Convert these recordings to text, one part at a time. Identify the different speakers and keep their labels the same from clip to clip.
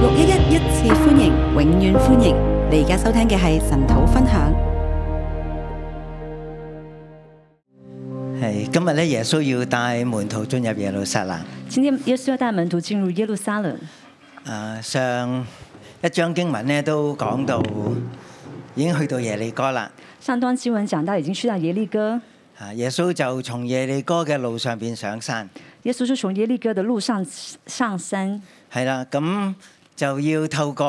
Speaker 1: 六一一一次歡迎，永遠歡迎！你而家收聽嘅係神土分享。
Speaker 2: 係今日咧，耶穌要帶門徒進入耶路撒冷。
Speaker 3: 今天耶穌要帶門徒進入耶路撒冷。
Speaker 2: 啊，上一章經文咧都講到已經去到耶利哥啦。
Speaker 3: 上段經文講到已經去到耶利哥，
Speaker 2: 啊，耶穌就從耶利哥嘅路上邊上山，
Speaker 3: 耶穌就從耶利哥的路上上山，
Speaker 2: 係啦，咁就要透過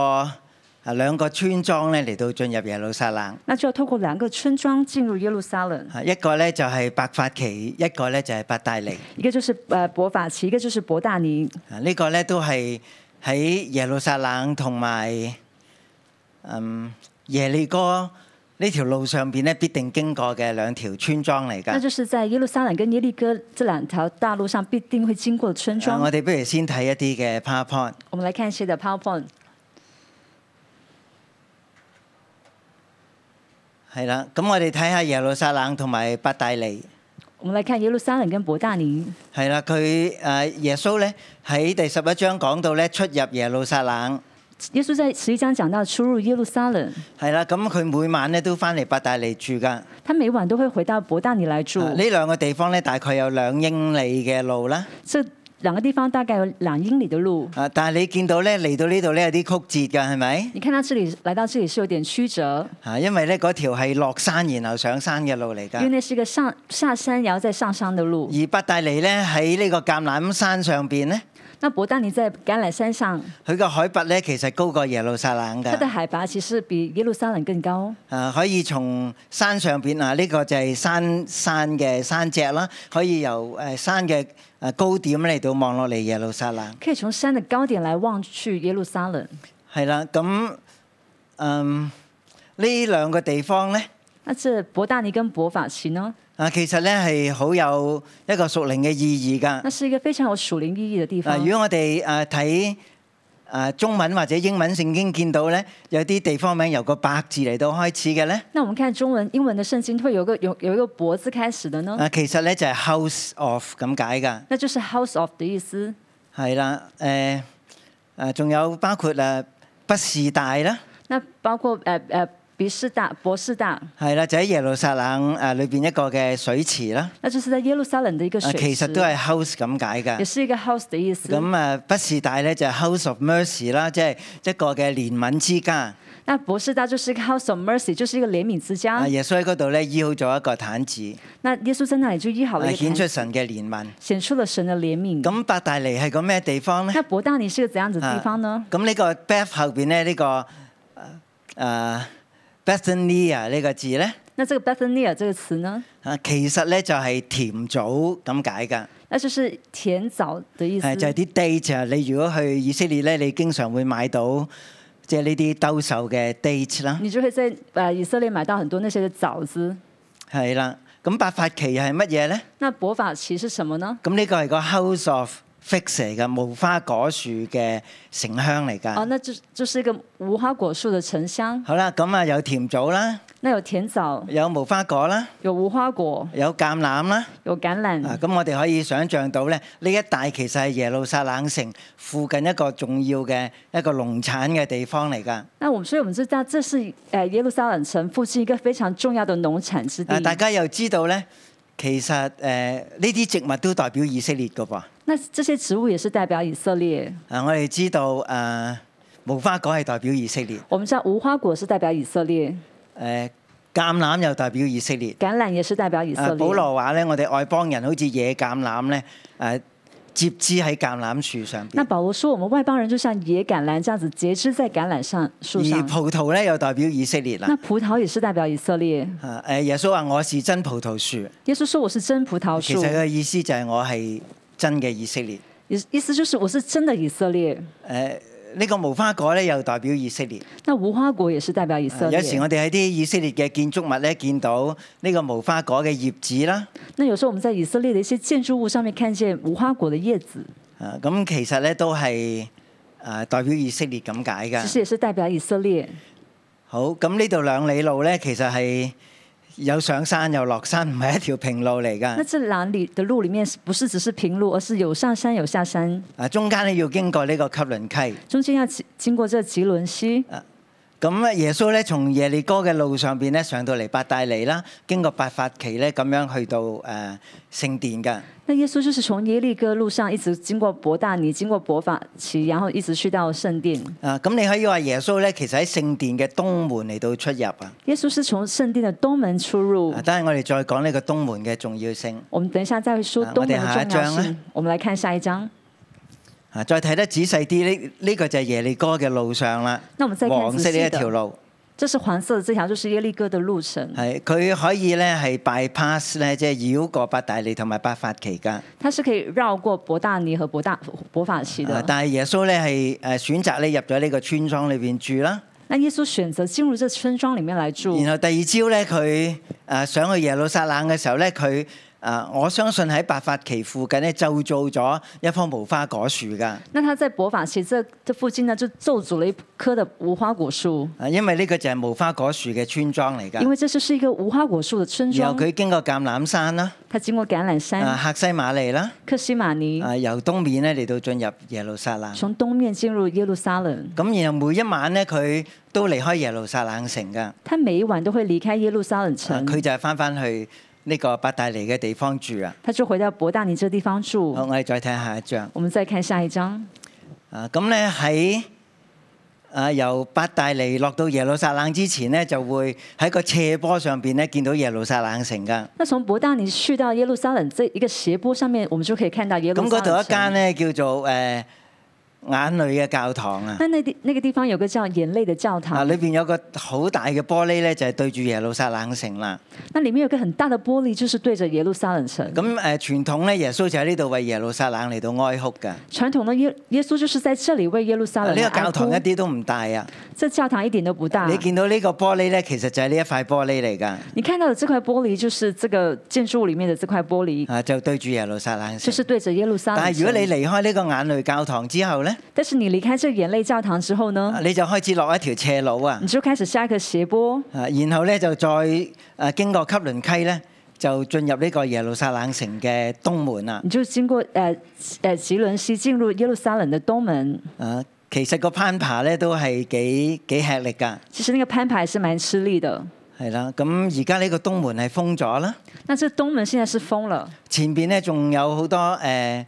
Speaker 2: 啊兩個村莊咧嚟到進入耶路撒冷。
Speaker 3: 那就要透過兩個村莊進入耶路撒冷，
Speaker 2: 啊，一個咧就係伯法其，一個咧就係伯大尼。
Speaker 3: 一個就是呃伯法其，一個就是伯大尼。
Speaker 2: 啊，呢個咧都係喺耶路撒冷同埋嗯耶利哥呢條路上邊咧必定經過嘅兩條村莊嚟
Speaker 3: 那
Speaker 2: 㗎。
Speaker 3: 就是在耶路撒冷跟耶利哥這兩條大路上必定會經過的村莊。
Speaker 2: 啊我哋不如先睇一啲嘅 PowerPoint。
Speaker 3: 我們來看一些的 PowerPoint。
Speaker 2: 係啦，咁我哋睇下耶路撒冷同埋伯大尼。
Speaker 3: 我們來看耶路撒冷跟伯大尼。
Speaker 2: 係啦，佢誒耶穌咧喺第十一章講到咧出入耶路撒冷。
Speaker 3: 耶穌在十一章講到出入耶路撒冷，
Speaker 2: 係啦，咁佢每晚咧都翻嚟伯大尼住㗎。啊
Speaker 3: 他每晚都會回到伯大尼來住。
Speaker 2: 呢兩個地方咧大概有兩英里嘅路啦。
Speaker 3: 這兩個地方大概有兩英里的路。
Speaker 2: 啊！但係你見到咧嚟到呢度咧有啲曲折㗎，係咪？
Speaker 3: 你看到這裡，來到這裡是有點曲折，
Speaker 2: 啊，因為咧嗰條係落山然後上山嘅路嚟
Speaker 3: 因為
Speaker 2: 㗎。
Speaker 3: 那是一個上下山，然後再上山的路。
Speaker 2: 而伯大尼咧喺呢個橄欖山上邊咧，
Speaker 3: 那伯大尼在橄欖山上，
Speaker 2: 佢個海拔咧其實高過耶路撒冷
Speaker 3: 它的
Speaker 2: 㗎。
Speaker 3: 海拔其實比耶路撒冷更高。
Speaker 2: 啊，可以從山上邊啊，呢、個就係山山嘅山脊啦，可以由誒山嘅誒高點嚟到望落嚟耶路撒冷。
Speaker 3: 可以從山的高點來望去耶路撒冷。
Speaker 2: 係啦，咁嗯呢兩個地方咧。
Speaker 3: 那這伯大尼跟伯法其呢？
Speaker 2: 啊，其實咧係好有一個屬靈嘅意義㗎
Speaker 3: 那。是一個非常有屬靈意義的地
Speaker 2: 嗱，
Speaker 3: 方。
Speaker 2: 如果我哋誒睇誒中文或者英文聖經見到咧，有啲地方名由個百字嚟到開始嘅咧，
Speaker 3: 那我們看中文、英文的聖經會有個有有一個伯字開始的呢，
Speaker 2: 啊其實咧就係 house of 咁解噶，
Speaker 3: 那就是 house of 的意思。
Speaker 2: 係啦，誒誒仲有包括誒畢士大啦，
Speaker 3: 那包括呃呃比士大、博士大，
Speaker 2: 係啦，就喺耶路撒冷誒裏邊一個嘅水池啦，
Speaker 3: 那就是在耶路撒冷的一個
Speaker 2: 啊
Speaker 3: 水池，
Speaker 2: 其實都係 house 咁解
Speaker 3: 也
Speaker 2: 㗎。
Speaker 3: 是一個 house 的意思。
Speaker 2: 咁誒畢士大咧就係 house of mercy 啦，即係一個嘅憐憫之家。
Speaker 3: 那博士大就是一個 house of mercy，就是一個憐憫之家。
Speaker 2: 啊，耶穌喺嗰度咧醫好咗一個癱子，
Speaker 3: 那耶穌在那裡就醫好了
Speaker 2: 啊
Speaker 3: 一個
Speaker 2: 顯
Speaker 3: 癱
Speaker 2: 出
Speaker 3: 子，
Speaker 2: 神嘅憐憫。
Speaker 3: 顯出了神的憐憫。
Speaker 2: 咁伯大尼係個咩地方咧
Speaker 3: 那？伯大尼是個怎樣子的地方呢？
Speaker 2: 咁呢個 Beth 後邊咧呢個誒 Bethany 啊呢個字咧，
Speaker 3: 那這個 Bethania 這個詞呢？
Speaker 2: 啊其實咧就係甜棗咁解㗎，
Speaker 3: 那就是甜棗的意思。
Speaker 2: 係就係啲 date 啊！你如果去以色列咧，你經常會買到即係呢啲兜售嘅 date 啦，
Speaker 3: 你就會在呃以色列買到很多那些的棗子。
Speaker 2: 係啦。咁伯法其係乜嘢咧？
Speaker 3: 那伯法其是什麼呢？
Speaker 2: 咁呢個係個 House of Fig 嚟嘅無花果樹嘅城鄉嚟
Speaker 3: 哦，
Speaker 2: 㗎。
Speaker 3: 那就就是一個無花果樹的沉香。
Speaker 2: 好啦，咁啊有甜棗啦，
Speaker 3: 那有甜棗，
Speaker 2: 有無花果啦，
Speaker 3: 有無花果，
Speaker 2: 有橄欖啦。
Speaker 3: 有橄
Speaker 2: 啊，
Speaker 3: 欖。
Speaker 2: 咁我哋可以想像到咧，呢一帶其實係耶路撒冷城附近一個重要嘅一個農產嘅地方嚟㗎。啊，
Speaker 3: 那我們所以我們知道這是呃耶路撒冷城附近一個非常重要的農產之地。
Speaker 2: 啊大家又知道咧，其實誒呢啲植物都代表以色列㗎噃。
Speaker 3: 那這些植物也是代表以色列。
Speaker 2: 啊，我哋知道誒、呃無花果係代表以色列，誒、呃
Speaker 3: 我們知道無花果是代表以色列，
Speaker 2: 橄欖又代表以色列。
Speaker 3: 橄欖也是代表以
Speaker 2: 啊
Speaker 3: 色，列。
Speaker 2: 保羅話咧，我哋外邦人好似野橄欖咧，誒、接枝喺橄欖樹上
Speaker 3: 那
Speaker 2: 邊。
Speaker 3: 保羅說，我們外邦人就像野橄欖這樣子截枝在橄欖上樹
Speaker 2: 而
Speaker 3: 上。
Speaker 2: 葡萄咧又代表以色列啦
Speaker 3: 那。葡萄也是代表以色列。
Speaker 2: 啊誒，耶穌話我是真葡萄樹。
Speaker 3: 耶穌說我是真葡萄
Speaker 2: 其
Speaker 3: 樹
Speaker 2: 實，佢嘅意思就係我係真嘅以色列。誒、
Speaker 3: 意意思就是我是真的以色列。
Speaker 2: 呢、個無花果咧又代表以色列。啊
Speaker 3: 那無花果也是代表以色列。
Speaker 2: 有時我哋喺啲以色列嘅建築物咧見到呢個無花果嘅葉子啦。
Speaker 3: 那有時候我們在以色列的一些建築物上面看見無花果的葉子，
Speaker 2: 啊，咁其實咧都係誒代表以色列咁解
Speaker 3: 其
Speaker 2: 㗎。
Speaker 3: 實
Speaker 2: 啊
Speaker 3: 也是代表以色列。
Speaker 2: 好，咁呢度兩里路咧其實係有上山有落山，唔係一條平路嚟
Speaker 3: 那
Speaker 2: 㗎。
Speaker 3: 这栏里的路里面是不是只是平路，而是有上山有下山，
Speaker 2: 啊，中間咧要經過呢個吸倫溪。
Speaker 3: 中间要经经过这吉伦溪。
Speaker 2: 咁咧，耶穌咧從耶利哥嘅路上邊咧上到嚟伯大尼啦，經過伯法奇咧咁樣去到誒、呃、聖殿㗎。
Speaker 3: 那耶稣就是从耶利哥路上一直经过伯大尼，经过伯法奇，然后一直去到圣殿。
Speaker 2: 啊，咁你可以話耶穌咧其實喺聖殿嘅東門嚟到出入啊。
Speaker 3: 耶稣是从圣殿的东门出入
Speaker 2: 啊，。等係我哋再講呢個東門嘅重要性。
Speaker 3: 我们等一下再说
Speaker 2: 啊
Speaker 3: 东门
Speaker 2: 我
Speaker 3: 的
Speaker 2: 哋下一啊
Speaker 3: 重要
Speaker 2: 章
Speaker 3: 性
Speaker 2: 呢。
Speaker 3: 我们来看下一章。
Speaker 2: 啊，再睇得仔細啲，呢呢、個就係耶利哥嘅路上啦。
Speaker 3: 那我們再看
Speaker 2: 黃色呢一條路，
Speaker 3: 这是黄色的这条，就是耶利哥的路程，
Speaker 2: 係佢可以咧係 bypass 咧，即係繞過伯大尼同埋伯法奇㗎。
Speaker 3: 它是可以绕过伯大尼和伯大伯法奇
Speaker 2: 啊
Speaker 3: 的。
Speaker 2: 但係耶穌咧係誒選擇咧入咗呢個村莊裏邊住啦。
Speaker 3: 那耶稣选择进入这村庄里面来住
Speaker 2: 然。後第二朝咧，佢誒想去耶路撒冷嘅時候咧，佢誒我相信喺白法旗附近咧，就做咗一棵無花果樹㗎。
Speaker 3: 那他在伯法奇这这附近呢，就咒诅了一棵的无花果树，
Speaker 2: 啊，因為呢個就係無花果樹嘅村莊嚟
Speaker 3: 因
Speaker 2: 㗎。
Speaker 3: 为这就是一个无花果树的村
Speaker 2: 然
Speaker 3: 庄
Speaker 2: 後。佢經過橄欖山啦、
Speaker 3: 它经过橄榄山、嗯
Speaker 2: 啊客西馬利啦，
Speaker 3: 克西马尼，
Speaker 2: 啊由東面咧嚟到進入耶路撒冷。
Speaker 3: 从东面进入耶路撒冷。
Speaker 2: 咁然後每一晚咧，佢都離開耶路撒冷城㗎。啊
Speaker 3: 他每一晚都会离开耶路撒冷城，
Speaker 2: 佢就係翻翻去呢個伯大尼嘅地方住啊。
Speaker 3: 他就回到伯大尼这地方住
Speaker 2: 好，。我哋再睇下一章。
Speaker 3: 我们再看下一章。
Speaker 2: 啊，咁咧喺啊由伯大尼落到耶路撒冷之前咧，就會喺個斜坡上邊咧見到耶路撒冷城噶。
Speaker 3: 那从伯大尼去到耶路撒冷这一个斜坡上面，我们就可以看到耶路
Speaker 2: 咁
Speaker 3: 撒
Speaker 2: 嗰
Speaker 3: 冷
Speaker 2: 度一
Speaker 3: 城
Speaker 2: 間咧叫做誒、呃眼淚嘅教堂啊。
Speaker 3: 那那地那个地方有个叫眼泪的教
Speaker 2: 啊！
Speaker 3: 堂，
Speaker 2: 裏邊有個好大嘅玻璃咧，就係、對住耶路撒冷城啦。
Speaker 3: 那里面有个很大的玻璃，就是对着耶路撒冷城。
Speaker 2: 咁誒、呃傳統咧，耶穌就喺呢度為耶路撒冷嚟到哀哭㗎。
Speaker 3: 传统的耶耶稣就是在这里为耶路撒
Speaker 2: 啊
Speaker 3: 冷
Speaker 2: 呢、個
Speaker 3: 而
Speaker 2: 教
Speaker 3: 哭啊
Speaker 2: 堂一啲都唔大啊！
Speaker 3: 这教堂一点都不大。
Speaker 2: 你見到呢個玻璃咧，其實就係呢一塊玻璃嚟㗎。
Speaker 3: 你看到的这块玻璃，就是这个建筑物里面的这块玻璃，
Speaker 2: 啊，就對住耶路撒冷
Speaker 3: 就
Speaker 2: 城。
Speaker 3: 是对着耶路撒冷
Speaker 2: 但
Speaker 3: 城。
Speaker 2: 係如果你離開呢個眼淚教堂之後咧，
Speaker 3: 但是你离开这眼泪教堂之后呢，
Speaker 2: 你就開始落一條斜路啊
Speaker 3: 你，就开始下一个斜坡，
Speaker 2: 啊，然後咧就再誒、啊、經過吸倫溪咧，就進入呢個耶路撒冷城嘅東門啦。
Speaker 3: 你就经过呃呃吉伦西进入耶路撒冷的东门。
Speaker 2: 啊，其實個攀爬咧都係幾幾吃力㗎，
Speaker 3: 其实那个攀爬还是蛮吃力的。
Speaker 2: 係啦。咁而家呢個東門係封咗啦，
Speaker 3: 那这东门现在是封了，
Speaker 2: 前邊咧仲有好多誒誒、呃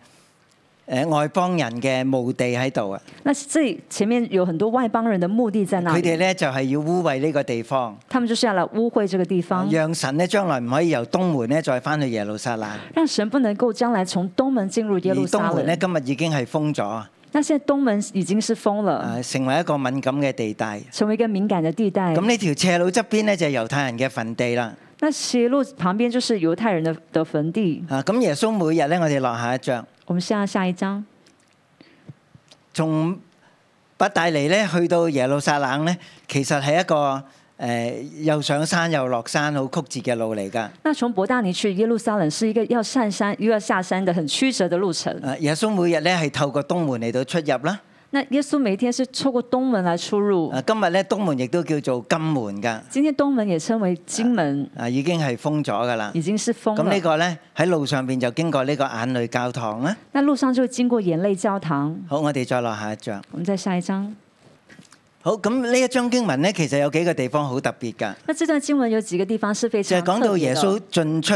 Speaker 2: 呃外邦人嘅墓地喺度啊，
Speaker 3: 那这里前面有很多外邦人的墓地在那
Speaker 2: 佢
Speaker 3: 里。
Speaker 2: 哋咧就係、要污衊呢個地方，
Speaker 3: 他们就是要来污秽这个地方，
Speaker 2: 讓神咧將來唔可以由東門咧再翻去耶路撒冷。
Speaker 3: 让神不能够将来从东门进入耶
Speaker 2: 而
Speaker 3: 路撒
Speaker 2: 東門咧今
Speaker 3: 冷。
Speaker 2: 日已經係封咗啊，
Speaker 3: 那现在东门已经是封了，
Speaker 2: 啊成為一個敏感嘅地帶。
Speaker 3: 成为一个敏感的地带
Speaker 2: 咁。呢條斜路側邊咧就係猶太人嘅墳地啦。
Speaker 3: 那斜路旁边就是犹太人的的坟地。
Speaker 2: 啊，咁耶穌每日咧，我哋落下一章，
Speaker 3: 我们下下一章，
Speaker 2: 從伯大尼咧去到耶路撒冷咧，其實係一個誒、呃又上山又落山好曲折嘅路嚟㗎。
Speaker 3: 那从伯大尼去耶路撒冷是一个要上山又要下山的很曲折的路程。
Speaker 2: 啊，耶穌每日咧係透過東門嚟到出入啦。
Speaker 3: 那耶稣每一天是透过东门来出入，
Speaker 2: 啊，今日咧東門亦都叫做金門㗎，
Speaker 3: 今天东门也称为金门，
Speaker 2: 啊已經係封咗㗎啦
Speaker 3: 已。经是封
Speaker 2: 呃咁呢
Speaker 3: 了。
Speaker 2: 個咧喺路上邊就經過呢個眼淚教堂啦。
Speaker 3: 那路上就经过眼泪教堂。
Speaker 2: 好，我哋再落下一章。
Speaker 3: 我们再下一章。
Speaker 2: 好，咁呢一章經文咧，其實有幾個地方好特別㗎，
Speaker 3: 那这段经文有几个地方是非
Speaker 2: 就係
Speaker 3: 常
Speaker 2: 講
Speaker 3: 特
Speaker 2: 到
Speaker 3: 别啊
Speaker 2: 耶
Speaker 3: 的
Speaker 2: 穌進出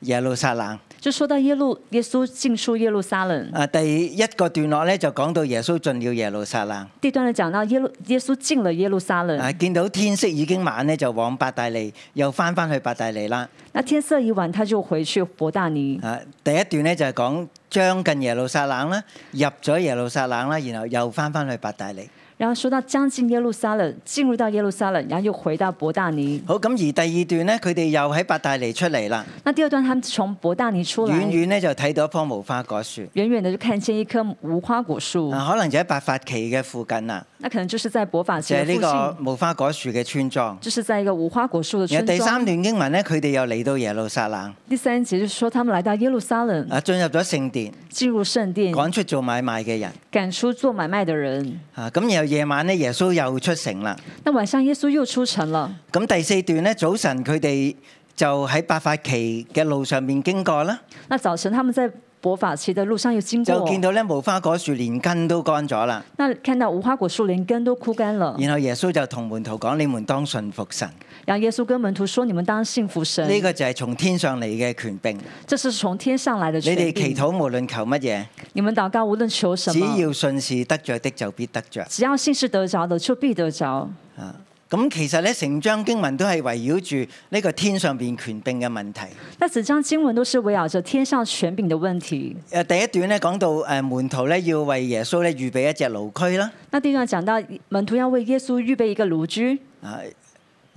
Speaker 2: 耶路撒冷。
Speaker 3: 就说到耶路耶稣进出耶路撒冷，
Speaker 2: 啊，第一個段落咧就講到耶穌進了耶路撒冷，
Speaker 3: 地段呢讲到耶路耶稣进了耶路撒冷，
Speaker 2: 啊，見到天色已經晚咧，就往伯大尼，又翻翻去伯大尼啦。
Speaker 3: 那天色已晚，他就回去伯大尼。
Speaker 2: 啊，第一段咧就係講將近耶路撒冷啦，入咗耶路撒冷啦，然後又翻翻去伯大尼。
Speaker 3: 然后说到将近耶路撒冷，进入到耶路撒冷，然后又回到伯大尼。
Speaker 2: 好，咁而第二段咧，佢哋又喺伯大尼出嚟啦，
Speaker 3: 那第二段他们从伯大尼出来，
Speaker 2: 遠遠咧就睇到一棵無花果樹，
Speaker 3: 远远的就看见一棵无花果树，
Speaker 2: 啊，可能就喺伯法奇嘅附近啊啦，
Speaker 3: 那可能就是在伯法奇
Speaker 2: 就
Speaker 3: 的
Speaker 2: 係
Speaker 3: 附近，
Speaker 2: 呢個無花果樹嘅村莊。
Speaker 3: 就是在一个无花果树的
Speaker 2: 然
Speaker 3: 村
Speaker 2: 後
Speaker 3: 庄。
Speaker 2: 第三段經文咧，佢哋又嚟到耶路撒冷，
Speaker 3: 第三节就是说他们来到耶路撒冷，
Speaker 2: 啊，進入咗聖殿，
Speaker 3: 进入圣殿，
Speaker 2: 趕出做買賣嘅人。
Speaker 3: 赶出做买卖的人。
Speaker 2: 啊，咁然後夜晚咧，耶穌又出城啦。
Speaker 3: 那晚上耶稣又出城了。
Speaker 2: 咁第四段咧，早晨佢哋就喺伯法奇嘅路上面經過啦，
Speaker 3: 那早晨他们在伯法奇的路上又经过
Speaker 2: 就
Speaker 3: 我，
Speaker 2: 見到咧無花果樹連根都乾咗啦。
Speaker 3: 那看到无花果树连根都枯干了。
Speaker 2: 然後耶穌就同門徒講：你們當信服神。
Speaker 3: 然后耶稣跟门徒说：“你们当信服神。
Speaker 2: 呢個就係從天上嚟嘅權柄。
Speaker 3: 这是从天上来的
Speaker 2: 你
Speaker 3: 权
Speaker 2: 哋
Speaker 3: 柄。
Speaker 2: 祈禱無論求乜嘢，
Speaker 3: 你们祷告，无论求什
Speaker 2: 只
Speaker 3: 么，
Speaker 2: 要信是得着的就必得着。
Speaker 3: 只要信是得着的，就必得着。
Speaker 2: 啊，咁其實咧，成章經文都係圍繞住呢個天上邊權柄嘅問題。
Speaker 3: 那整章经文都是围绕着天上权柄的问题。
Speaker 2: 誒第一段咧講到誒門徒咧要為耶穌咧預備一隻驢駒啦。
Speaker 3: 那第一段讲到门徒要为耶稣预备一个炉居，
Speaker 2: 啊，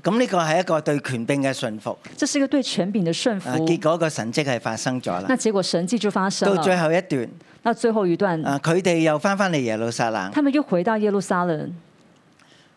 Speaker 2: 咁呢個係一個對權柄嘅信服。
Speaker 3: 这是一个对权柄的顺服
Speaker 2: 啊，。結果個神跡係發生咗啦
Speaker 3: 那。结果神迹就发生
Speaker 2: 到最
Speaker 3: 了。
Speaker 2: 後一段，
Speaker 3: 那最后一段，
Speaker 2: 啊，佢哋又翻返嚟耶路撒冷。
Speaker 3: 他们又回到耶路撒冷。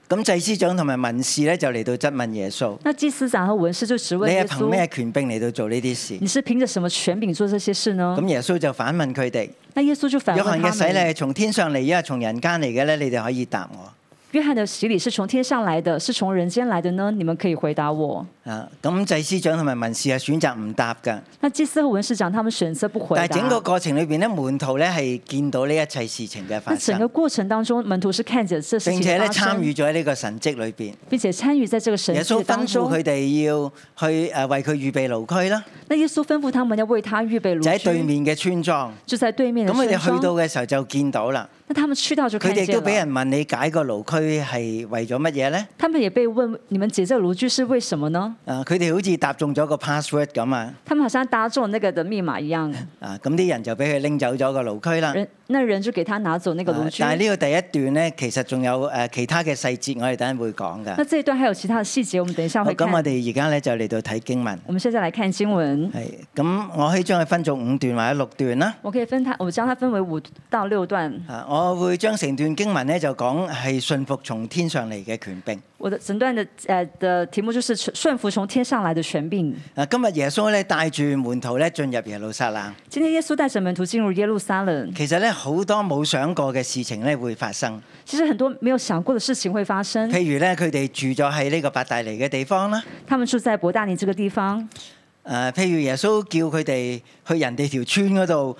Speaker 2: 咁祭司長同埋文士咧就嚟到質問耶穌：
Speaker 3: 那祭司长和文士就质
Speaker 2: 你
Speaker 3: 问耶嗯
Speaker 2: 係憑咩
Speaker 3: 稣
Speaker 2: 權柄嚟到做呢啲：“事
Speaker 3: 你？是凭着什么权柄做这些事呢
Speaker 2: 咁耶穌就反問佢哋：？”
Speaker 3: 那耶穌就反
Speaker 2: 約
Speaker 3: 问
Speaker 2: 翰嘅
Speaker 3: 他
Speaker 2: 洗禮
Speaker 3: 们：“
Speaker 2: 係從天上嚟，抑係從人間嚟嘅咧？你哋可以答我。
Speaker 3: 约翰的洗礼是从天上来的，是从人间来的呢？你们可以回答我。
Speaker 2: 啊，咁祭司長同埋文士係選擇唔答㗎。”
Speaker 3: 那祭司和文士长他们选择不回
Speaker 2: 但
Speaker 3: 答。
Speaker 2: 係整個過程裏邊咧，門徒咧係見到呢一切事情嘅
Speaker 3: 那
Speaker 2: 發
Speaker 3: 整
Speaker 2: 生
Speaker 3: 个，過程當中，門徒是看着這事
Speaker 2: 並
Speaker 3: 情
Speaker 2: 且咧
Speaker 3: 發
Speaker 2: 參與
Speaker 3: 生，
Speaker 2: 咗喺呢個神跡裏邊。
Speaker 3: 並且參與在這個神
Speaker 2: 耶穌
Speaker 3: 蹟
Speaker 2: 吩
Speaker 3: 當
Speaker 2: 咐
Speaker 3: 中
Speaker 2: 佢。哋要去誒為佢預備驢駒啦，
Speaker 3: 那耶穌吩咐他們要為他預備
Speaker 2: 就喺對
Speaker 3: 爐具，
Speaker 2: 面嘅村莊。
Speaker 3: 就在對面
Speaker 2: 咁
Speaker 3: 的
Speaker 2: 佢哋
Speaker 3: 村
Speaker 2: 去到
Speaker 3: 莊。
Speaker 2: 嘅時候就見到啦，
Speaker 3: 那他們去到就
Speaker 2: 佢
Speaker 3: 看
Speaker 2: 哋都
Speaker 3: 見
Speaker 2: 俾
Speaker 3: 了。
Speaker 2: 人問你解個驢駒係為咗乜嘢呢？
Speaker 3: 他們也被問：你們解這個爐具是為什麼呢？
Speaker 2: 啊，佢哋好似答中咗個 password 咁啊！
Speaker 3: 他們好像搭中那個的密碼一樣。
Speaker 2: 啊，咁啲人就俾佢拎走咗個驢駒啦。啊
Speaker 3: 人那人就給他拿走那個爐具。
Speaker 2: 嗯但係呢個第一段呢，其實仲有誒其他嘅細節，我哋等陣會講㗎
Speaker 3: 那。這一段還有其他的細節，我們等一下
Speaker 2: 好，
Speaker 3: 會看
Speaker 2: 咁。我嗯哋而家咧就嚟到睇經文。
Speaker 3: 我們現在來看經文，
Speaker 2: 係，咁我可以將佢分做五段或者六段啦。
Speaker 3: 我可以分它，我將它分為五到六段。
Speaker 2: 啊，我會將成段經文咧就講係信服從天上嚟嘅權柄。
Speaker 3: 我的整段的呃的題目就是順服從天上來的權柄。
Speaker 2: 啊，今日耶穌咧帶住門徒咧進入耶路撒冷，
Speaker 3: 今天耶穌带着门徒进入耶路撒冷，
Speaker 2: 其實咧好多冇想過嘅事情咧會發生，
Speaker 3: 其实很多没有想过的事情会发生。
Speaker 2: 譬如咧佢哋住咗喺呢個伯大尼嘅地方啦。
Speaker 3: 他们住在伯大尼這個地方，
Speaker 2: 誒、譬如耶穌叫佢哋去人哋條村嗰度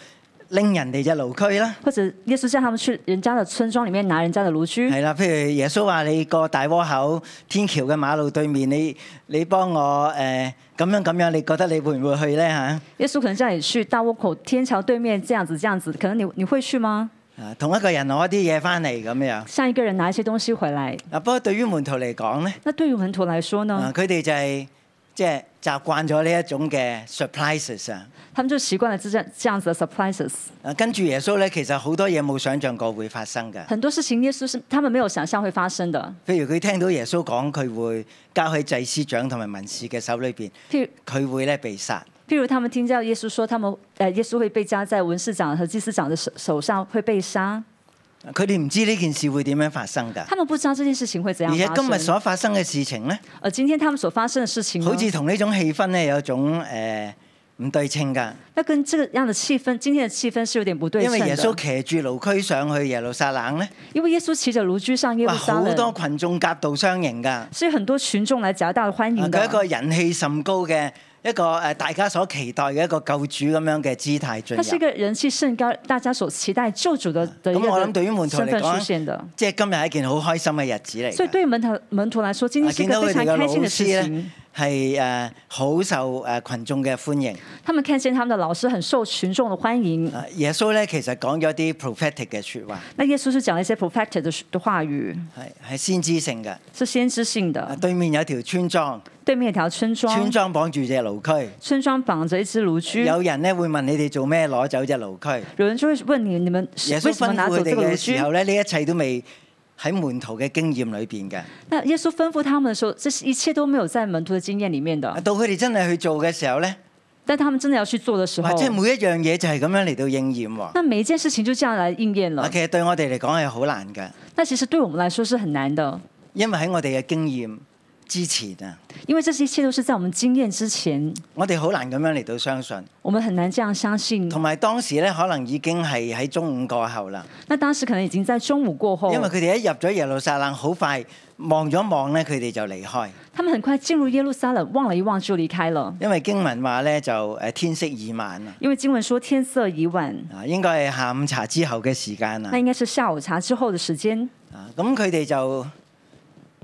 Speaker 2: 拎人哋只驢駒啦。
Speaker 3: 或者耶穌叫他们去人家的村莊里面拿人家的爐 居。
Speaker 2: 係啦，譬如耶穌話你個大窩口天橋嘅馬路對面，你你幫我誒咁、樣咁樣，你覺得你會唔會去咧嚇？
Speaker 3: 耶穌可能叫你去大窩口天橋對面這樣子這樣子，可能你你会去嗎？
Speaker 2: 啊，同一個人攞啲嘢翻嚟咁樣。
Speaker 3: 像一個人拿一些東西回來，
Speaker 2: 啊，不過對於門徒嚟講咧，
Speaker 3: 那對於門徒來說
Speaker 2: 啊
Speaker 3: 呢，，
Speaker 2: 佢哋就係即係習慣咗呢一種嘅 surprises 啊。
Speaker 3: 他們就習慣了這樣這樣子的 surprises。
Speaker 2: 啊，跟住耶穌咧，其實好多嘢冇想象過會發生㗎。
Speaker 3: 很多事情耶穌是他們沒有想象會發生的，
Speaker 2: 譬如佢聽到耶穌講佢會交喺祭司長同埋文士嘅手裏邊，
Speaker 3: 譬如
Speaker 2: 佢會咧被殺。啊
Speaker 3: 譬如他們聽到耶穌說他們呃耶穌會被加在文士長和祭司長的手手上會被殺。
Speaker 2: 佢哋唔知呢件事會點樣發生㗎。
Speaker 3: 他们不知道这件事情会怎
Speaker 2: 而且
Speaker 3: 樣
Speaker 2: 今日
Speaker 3: 發生。
Speaker 2: 所發生嘅事情咧，
Speaker 3: 而今天他們所發生的事情呢，
Speaker 2: 好似同呢種氣氛咧有一種誒呃唔、對稱㗎。
Speaker 3: 那跟這個樣的氣氛，今天的氣氛是有點不對
Speaker 2: 因
Speaker 3: 稱
Speaker 2: 為
Speaker 3: 的。
Speaker 2: 耶穌騎住驢駒上去耶路撒冷咧，
Speaker 3: 因為耶穌騎着驢居上耶
Speaker 2: 哇
Speaker 3: 路撒
Speaker 2: 好
Speaker 3: 冷，
Speaker 2: 多群眾夾道相迎㗎。啊
Speaker 3: 是有很多群眾來夾道歡迎
Speaker 2: 佢一
Speaker 3: 的。
Speaker 2: 個人氣甚高嘅一個誒、呃大家所期待嘅一個救主咁樣嘅姿態進
Speaker 3: 他是
Speaker 2: 入。
Speaker 3: 一個人氣甚高，大家所期待救主的的一
Speaker 2: 咁啊我諗
Speaker 3: 個
Speaker 2: 對於門徒哎嚟
Speaker 3: 身份
Speaker 2: 講
Speaker 3: 出現的。
Speaker 2: 即係今日係一件好開心嘅日子嚟
Speaker 3: 所以
Speaker 2: 㗎。
Speaker 3: 對於門徒門徒來說，今
Speaker 2: 啊
Speaker 3: 天是一
Speaker 2: 見到
Speaker 3: 個
Speaker 2: 佢
Speaker 3: 非
Speaker 2: 哋嘅
Speaker 3: 常
Speaker 2: 老
Speaker 3: 開心的事
Speaker 2: 師咧
Speaker 3: 情。，
Speaker 2: 係誒好受誒羣眾嘅歡迎。
Speaker 3: 他們看見他們的老師很受群眾的歡迎。
Speaker 2: 啊耶穌咧其實講咗啲 prophetic 嘅説話，
Speaker 3: 那耶穌是講了一些 prophetic 的的話語，
Speaker 2: 係係先知性嘅。
Speaker 3: 是先知性的
Speaker 2: 啊，。對面有條村莊，
Speaker 3: 對面有條村
Speaker 2: 村
Speaker 3: 莊，
Speaker 2: 莊綁住隻驢駒。
Speaker 3: 村莊綁着一隻驢駒。
Speaker 2: 有人咧會問你哋做咩攞走隻驢駒？
Speaker 3: 有人就會問你：你們是
Speaker 2: 耶穌
Speaker 3: 為什
Speaker 2: 吩
Speaker 3: 麼拿
Speaker 2: 咐
Speaker 3: 走
Speaker 2: 佢哋
Speaker 3: 這個
Speaker 2: 嘅
Speaker 3: 爐
Speaker 2: 時
Speaker 3: 具？
Speaker 2: 候咧，呢一切都未喺門徒嘅經驗裏邊嘅。
Speaker 3: 那耶穌吩咐他們的時候，这是一切都沒有在門徒的經驗裡面的。
Speaker 2: 啊到佢哋真係去做嘅時候咧，
Speaker 3: 但他們真的要去做的時候
Speaker 2: 或，者每一樣嘢就係咁樣嚟到應驗喎。
Speaker 3: 那每一件事情就這樣來應驗
Speaker 2: 啊
Speaker 3: 了。
Speaker 2: 其實對我哋嚟講係好難嘅，
Speaker 3: 那其實對我們來說是很難的，
Speaker 2: 因為喺我哋嘅經驗之前啊，
Speaker 3: 因为这些一切都是在我们经验之前，
Speaker 2: 我哋好難咁樣嚟到相信。
Speaker 3: 我们很难這樣相信
Speaker 2: 同。埋當時咧，可能已經係喺中午過後啦，
Speaker 3: 那當時可能已經在中午過後，
Speaker 2: 因為佢哋一入咗耶路撒冷，好快望咗望咧，佢哋就離開。
Speaker 3: 他們很快進入耶路撒冷，望了一望就離開了。
Speaker 2: 因為經文話咧就誒天色已晚啦，
Speaker 3: 因為經文說天色已晚，
Speaker 2: 啊應該係下午茶之後嘅時間啦
Speaker 3: 那。應該是下午茶之後的時間。
Speaker 2: 啊咁佢哋就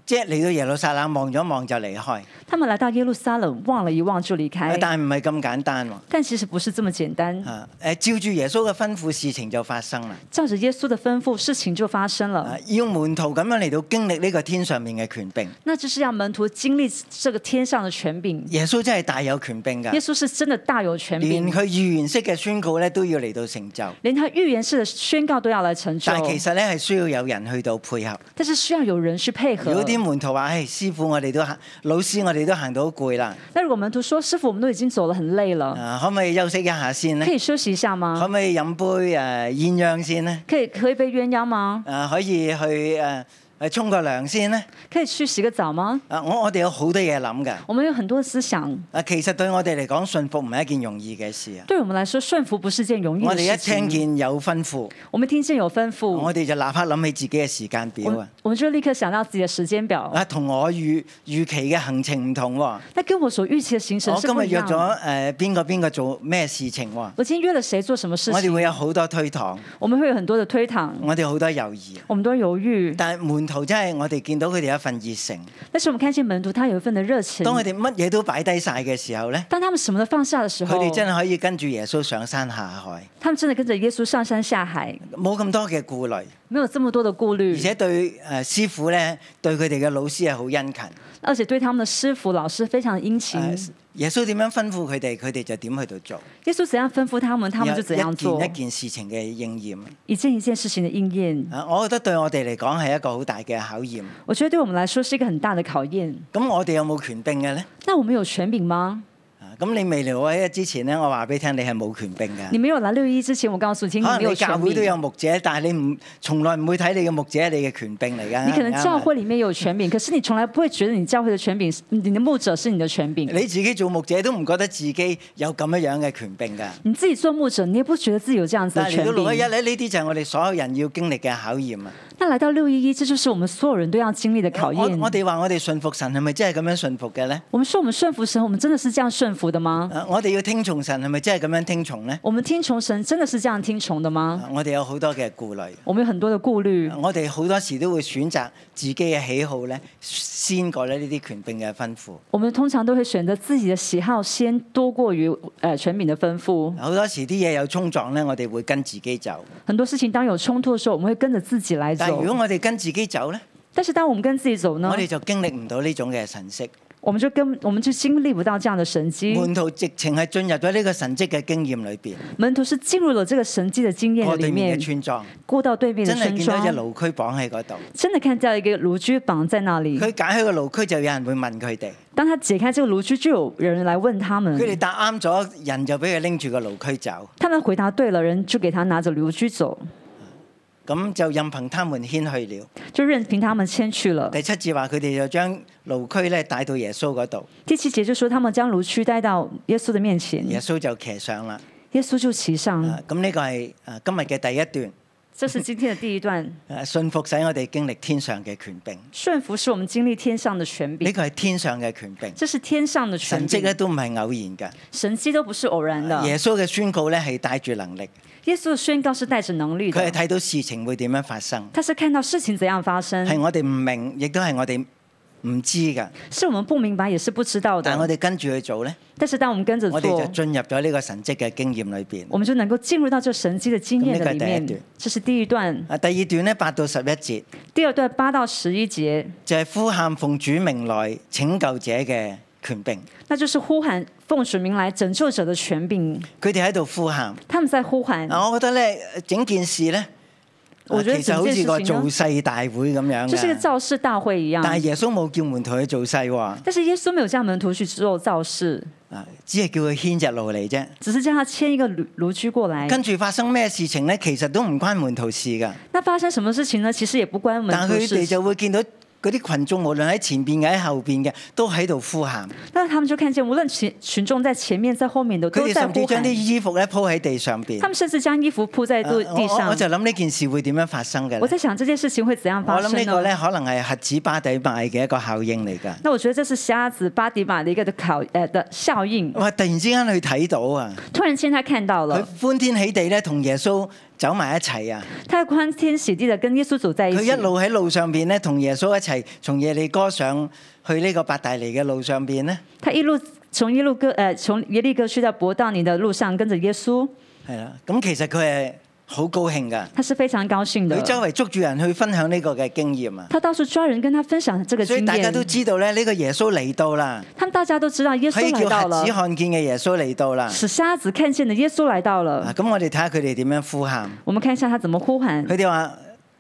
Speaker 2: 即係嚟到耶路撒冷望咗望就離開，啊
Speaker 3: 他們來到耶路撒冷，望了一望就離開。
Speaker 2: 但係唔係咁簡單喎。
Speaker 3: 但其實不是這麼簡單，
Speaker 2: 啊誒，照住耶穌嘅吩咐，事情就發生啦。
Speaker 3: 照着耶穌的吩咐，事情就發生
Speaker 2: 啊
Speaker 3: 了。
Speaker 2: 要門徒咁樣嚟到經歷呢個天上面嘅權柄，
Speaker 3: 那就是讓門徒經歷這個天上的權柄。
Speaker 2: 耶穌真係大有權柄
Speaker 3: 耶
Speaker 2: 㗎，
Speaker 3: 穌是真的大有權
Speaker 2: 連
Speaker 3: 柄，
Speaker 2: 佢預言式嘅宣告咧都要嚟到成就。
Speaker 3: 連他預言式的宣告都要來成就。
Speaker 2: 但係其實咧係需要有人去到配合。
Speaker 3: 但是需要有人去配
Speaker 2: 如
Speaker 3: 合
Speaker 2: 果。啲門徒話：，唉，師傅，我哋都行，老師，我哋都行到好攰啦，
Speaker 3: 那如果門徒說：“師傅，我們都已經走了，很累了，
Speaker 2: 啊，可唔可以休息一下先呢
Speaker 3: 可？以休息一下
Speaker 2: 可
Speaker 3: 嗎？
Speaker 2: 唔可以飲杯誒、呃、鸳鸯先呢？
Speaker 3: 可以喝一杯鴛鴦嗎？
Speaker 2: 啊，可以去誒誒、呃、沖個涼先呢？
Speaker 3: 可以去洗個澡嗎
Speaker 2: 啊，我我哋有好多嘢諗㗎。？”
Speaker 3: 我們有很多思想，
Speaker 2: 啊，其實對我哋嚟講，信服唔係一件容易嘅事啊。
Speaker 3: 對我們來說，順服不是件容易
Speaker 2: 我
Speaker 3: 的
Speaker 2: 哋一
Speaker 3: 事
Speaker 2: 聽
Speaker 3: 情。哦
Speaker 2: 見有吩咐，
Speaker 3: 我們聽見有吩咐，
Speaker 2: 我啊哋就立刻諗起自己嘅時間
Speaker 3: 我
Speaker 2: 表
Speaker 3: 們
Speaker 2: 啊。
Speaker 3: 我們就立刻想到自己的時間表。
Speaker 2: 啊，同我預預期嘅行程唔同喎、
Speaker 3: 那跟我所預期的行程
Speaker 2: 我
Speaker 3: 是
Speaker 2: 今
Speaker 3: 不
Speaker 2: 日
Speaker 3: 一
Speaker 2: 約
Speaker 3: 樣的。
Speaker 2: 咗誒邊個邊個做咩事情喎、
Speaker 3: 我今天約了誰做什麼事
Speaker 2: 我哋
Speaker 3: 情，
Speaker 2: 會有好多推搪，
Speaker 3: 我們會有很多的推搪，
Speaker 2: 我哋好多猶豫。
Speaker 3: 我們都猶豫。
Speaker 2: 但係門徒真係我哋見到佢哋有一份熱誠，
Speaker 3: 但是我們看見門徒他有一份的熱情，
Speaker 2: 當佢哋乜嘢都擺低晒嘅時候呢，
Speaker 3: 當他們什麼都放下的時
Speaker 2: 佢
Speaker 3: 候，
Speaker 2: 哋真係可以跟住耶穌上山下海，
Speaker 3: 他們真的跟着耶穌上山下海，
Speaker 2: 冇咁多嘅顧慮，
Speaker 3: 沒有這麼多的顧
Speaker 2: 而
Speaker 3: 慮，
Speaker 2: 且對誒師傅呢，對佢哋嘅老師係好殷勤。
Speaker 3: 而且對他們的師傅老師非常殷勤。
Speaker 2: 誒耶穌點樣吩咐佢哋，佢哋就點去到做，
Speaker 3: 耶穌怎樣吩咐他們，他們
Speaker 2: 有
Speaker 3: 就怎樣
Speaker 2: 一
Speaker 3: 做
Speaker 2: 件，一件事情嘅應驗。
Speaker 3: 一件一件事情的應驗。
Speaker 2: 啊，我覺得對我哋嚟講係一個好大嘅考驗。
Speaker 3: 我覺得對我們來說是一個很大的考驗。
Speaker 2: 咁我哋有冇權柄嘅呢？
Speaker 3: 那我們有權柄嗎？
Speaker 2: 啊，咁你未嚟我一之前呢，我話俾你聽，你係冇權柄嘅
Speaker 3: 你。沒有來六一一之前，我告訴你，你
Speaker 2: 可
Speaker 3: 沒
Speaker 2: 能
Speaker 3: 有
Speaker 2: 啊你教
Speaker 3: 權
Speaker 2: 會
Speaker 3: 柄
Speaker 2: 都。有牧者，但係你唔從來唔會睇你嘅牧者係你嘅權柄嚟㗎。
Speaker 3: 你可能
Speaker 2: 啱唔啱啊
Speaker 3: 教會裡面有權柄，可是你從來不會覺得你教會的權柄，你的牧者是你的權柄。
Speaker 2: 你自己做牧者都唔覺得自己有咁樣樣嘅權柄㗎。
Speaker 3: 你自己做牧者，你也不覺得自己有這樣子
Speaker 2: 但
Speaker 3: 的
Speaker 2: 係嚟到
Speaker 3: 權
Speaker 2: 六一一
Speaker 3: 柄。
Speaker 2: 咧，呢啲就係我哋所有人要經歷嘅考驗啊！
Speaker 3: 那來到六一一，這就是我們所有人都要經歷的考
Speaker 2: 我我我
Speaker 3: 驗。
Speaker 2: 哋話我哋信服神係咪真係咁樣信服嘅咧？
Speaker 3: 我們說我們順服神，我們真的是這樣順服的嗎？
Speaker 2: 啊我哋要聽從神係咪真係咁樣聽從咧？
Speaker 3: 我們聽從神真的是這樣聽從的嗎？
Speaker 2: 啊我哋有好多嘅顧慮，啊
Speaker 3: 我們有很多的顧慮，
Speaker 2: 我哋好多時都會選擇自己嘅喜好咧，先過咧呢啲權柄嘅吩咐。
Speaker 3: 我們通常都會選擇自己的喜好先多過於呃權柄的吩咐。
Speaker 2: 啊好多時啲嘢有衝撞咧，我哋會跟自己走。
Speaker 3: 很多事情當有衝突的時候，我們會跟着自己來
Speaker 2: 但係
Speaker 3: 走
Speaker 2: 如。果我哋跟自己走咧，
Speaker 3: 但是當我們跟自己走呢
Speaker 2: 我，哋就經歷唔到呢種嘅神跡。
Speaker 3: 我們就跟我們就經歷不到這樣的神蹟。
Speaker 2: 門徒直情係進入咗呢個神跡嘅經驗裏邊，
Speaker 3: 門徒是進入了這個神蹟的經驗
Speaker 2: 過
Speaker 3: 裡
Speaker 2: 對面
Speaker 3: 面
Speaker 2: 嘅，村莊，
Speaker 3: 過到對面的
Speaker 2: 真
Speaker 3: 村
Speaker 2: 係見到一隻
Speaker 3: 莊，
Speaker 2: 蘆區綁喺嗰度。
Speaker 3: 真的看到一個蘆居綁在那裡。
Speaker 2: 佢解開個蘆區就有人會問佢哋，
Speaker 3: 當他解開這個蘆居，就有人來問他
Speaker 2: 佢哋
Speaker 3: 們，
Speaker 2: 答啱咗，人就俾佢拎住個蘆區走，
Speaker 3: 他們回答對了，人就給他拿着蘆居走，
Speaker 2: 咁就任憑他們牽去了。
Speaker 3: 就任憑他們牽去了。
Speaker 2: 第七節話佢哋就將蘆區咧帶到耶穌嗰度，
Speaker 3: 第七節就說他們將蘆區帶到耶穌的面前，
Speaker 2: 耶穌就騎上啦。
Speaker 3: 耶穌就騎
Speaker 2: 啊
Speaker 3: 上。
Speaker 2: 咁呢個係啊今日嘅第一段。
Speaker 3: 这是今天的第一段，
Speaker 2: 啊信服使我哋經歷天上嘅權柄，
Speaker 3: 順服是我們经歷天上的权
Speaker 2: 呢
Speaker 3: 柄，
Speaker 2: 個係天上嘅權柄。
Speaker 3: 这是天上的权
Speaker 2: 神蹟
Speaker 3: 柄，
Speaker 2: 咧都唔係偶然
Speaker 3: 神迹都不是偶然
Speaker 2: 㗎，
Speaker 3: 的。
Speaker 2: 耶穌嘅宣告咧係帶住能力，
Speaker 3: 耶穌的宣告是帶着能力
Speaker 2: 佢係
Speaker 3: 的，
Speaker 2: 睇到事情會點樣發生，
Speaker 3: 他是看到事情怎樣發生，
Speaker 2: 係我哋唔明，亦都係我哋唔知㗎。
Speaker 3: 是我们不明白也是不知道
Speaker 2: 但係我
Speaker 3: 的。
Speaker 2: 哋跟住去做咧，
Speaker 3: 但是当我们跟着
Speaker 2: 我哋就
Speaker 3: 做，
Speaker 2: 進入咗呢個神蹟嘅經驗裏邊。
Speaker 3: 我們就能夠進入到這神迹的經驗的裡
Speaker 2: 咁呢個係第一段
Speaker 3: 面。这是第一段，
Speaker 2: 啊，第二段咧八到十一節
Speaker 3: 第二段八到十一節，
Speaker 2: 就係、呼喊奉主名來拯救者嘅權柄，
Speaker 3: 那就是呼喊奉主名來拯救者的權柄，
Speaker 2: 佢哋喺度呼喊。
Speaker 3: 他們在呼喊。
Speaker 2: 啊，我覺得咧整件事咧，啊
Speaker 3: 嗯我
Speaker 2: 其
Speaker 3: 覺得
Speaker 2: 實好似個
Speaker 3: 整件事情
Speaker 2: 造
Speaker 3: 呢
Speaker 2: 勢大會咁樣
Speaker 3: 就是個
Speaker 2: 㗎。
Speaker 3: 造势大會一樣。
Speaker 2: 但係耶穌冇叫門徒去做勢喎，
Speaker 3: 但是耶穌沒有叫門徒去做造势，
Speaker 2: 啊，只係叫佢牽隻路嚟啫。
Speaker 3: 只是叫他牽一個驢驢駒過來。
Speaker 2: 跟住發生咩事情咧，其實都唔關門徒事㗎。
Speaker 3: 那發生什麼事情呢？其實也不關門
Speaker 2: 但
Speaker 3: 徒
Speaker 2: 佢哋
Speaker 3: 事。
Speaker 2: 就會見到嗰啲群眾無論喺前邊嘅喺後邊嘅，都喺度呼喊。
Speaker 3: 但是他们就看见，无论群群众在前面、在后面的，
Speaker 2: 佢
Speaker 3: 都
Speaker 2: 哋
Speaker 3: 在
Speaker 2: 甚至
Speaker 3: 呼
Speaker 2: 將
Speaker 3: 喊
Speaker 2: 啲。衣服咧鋪喺地上邊。
Speaker 3: 他们甚至将衣服铺在
Speaker 2: 啊
Speaker 3: 地
Speaker 2: 我
Speaker 3: 地
Speaker 2: 我
Speaker 3: 上
Speaker 2: 我。就諗呢件事會點樣發生嘅
Speaker 3: 我
Speaker 2: 咧。
Speaker 3: 在想这件事情会怎样
Speaker 2: 我
Speaker 3: 发
Speaker 2: 諗呢
Speaker 3: 生
Speaker 2: 個
Speaker 3: 呢？
Speaker 2: 咧可能係核子巴底賣嘅一個效應嚟㗎。
Speaker 3: 那我觉得这是瞎子巴迪马的一个的考呃的效应。
Speaker 2: 哇！突然之間佢睇到啊，
Speaker 3: 突然间他看到
Speaker 2: 佢
Speaker 3: 了，
Speaker 2: 歡天喜地咧同耶穌走埋一齊啊！
Speaker 3: 他欢天喜地的跟耶稣走在一
Speaker 2: 佢
Speaker 3: 起
Speaker 2: 一。路喺路上邊咧，同耶穌一齊從耶利哥上去呢個伯大尼嘅路上邊咧，
Speaker 3: 他一路从耶路哥呃从耶利哥去到伯大尼的路上，跟着耶稣，
Speaker 2: 係啦。咁其實佢係好高興㗎，
Speaker 3: 他是非常高兴
Speaker 2: 佢
Speaker 3: 的。
Speaker 2: 周圍捉住人去分享呢個嘅經驗啊。
Speaker 3: 他到处抓人跟他分享这个
Speaker 2: 所以
Speaker 3: 经
Speaker 2: 大家
Speaker 3: 验
Speaker 2: 都。知道咧，呢個耶穌嚟到啦，
Speaker 3: 他们大家都知道耶
Speaker 2: 可以
Speaker 3: 稣来
Speaker 2: 叫
Speaker 3: 到
Speaker 2: 瞎子
Speaker 3: 了，
Speaker 2: 看見嘅耶穌嚟到啦。
Speaker 3: 使瞎子看见的耶稣来到
Speaker 2: 啊
Speaker 3: 了。
Speaker 2: 咁我哋睇下佢哋點樣呼喊。
Speaker 3: 我们看一下他怎么呼喊。
Speaker 2: 佢哋話：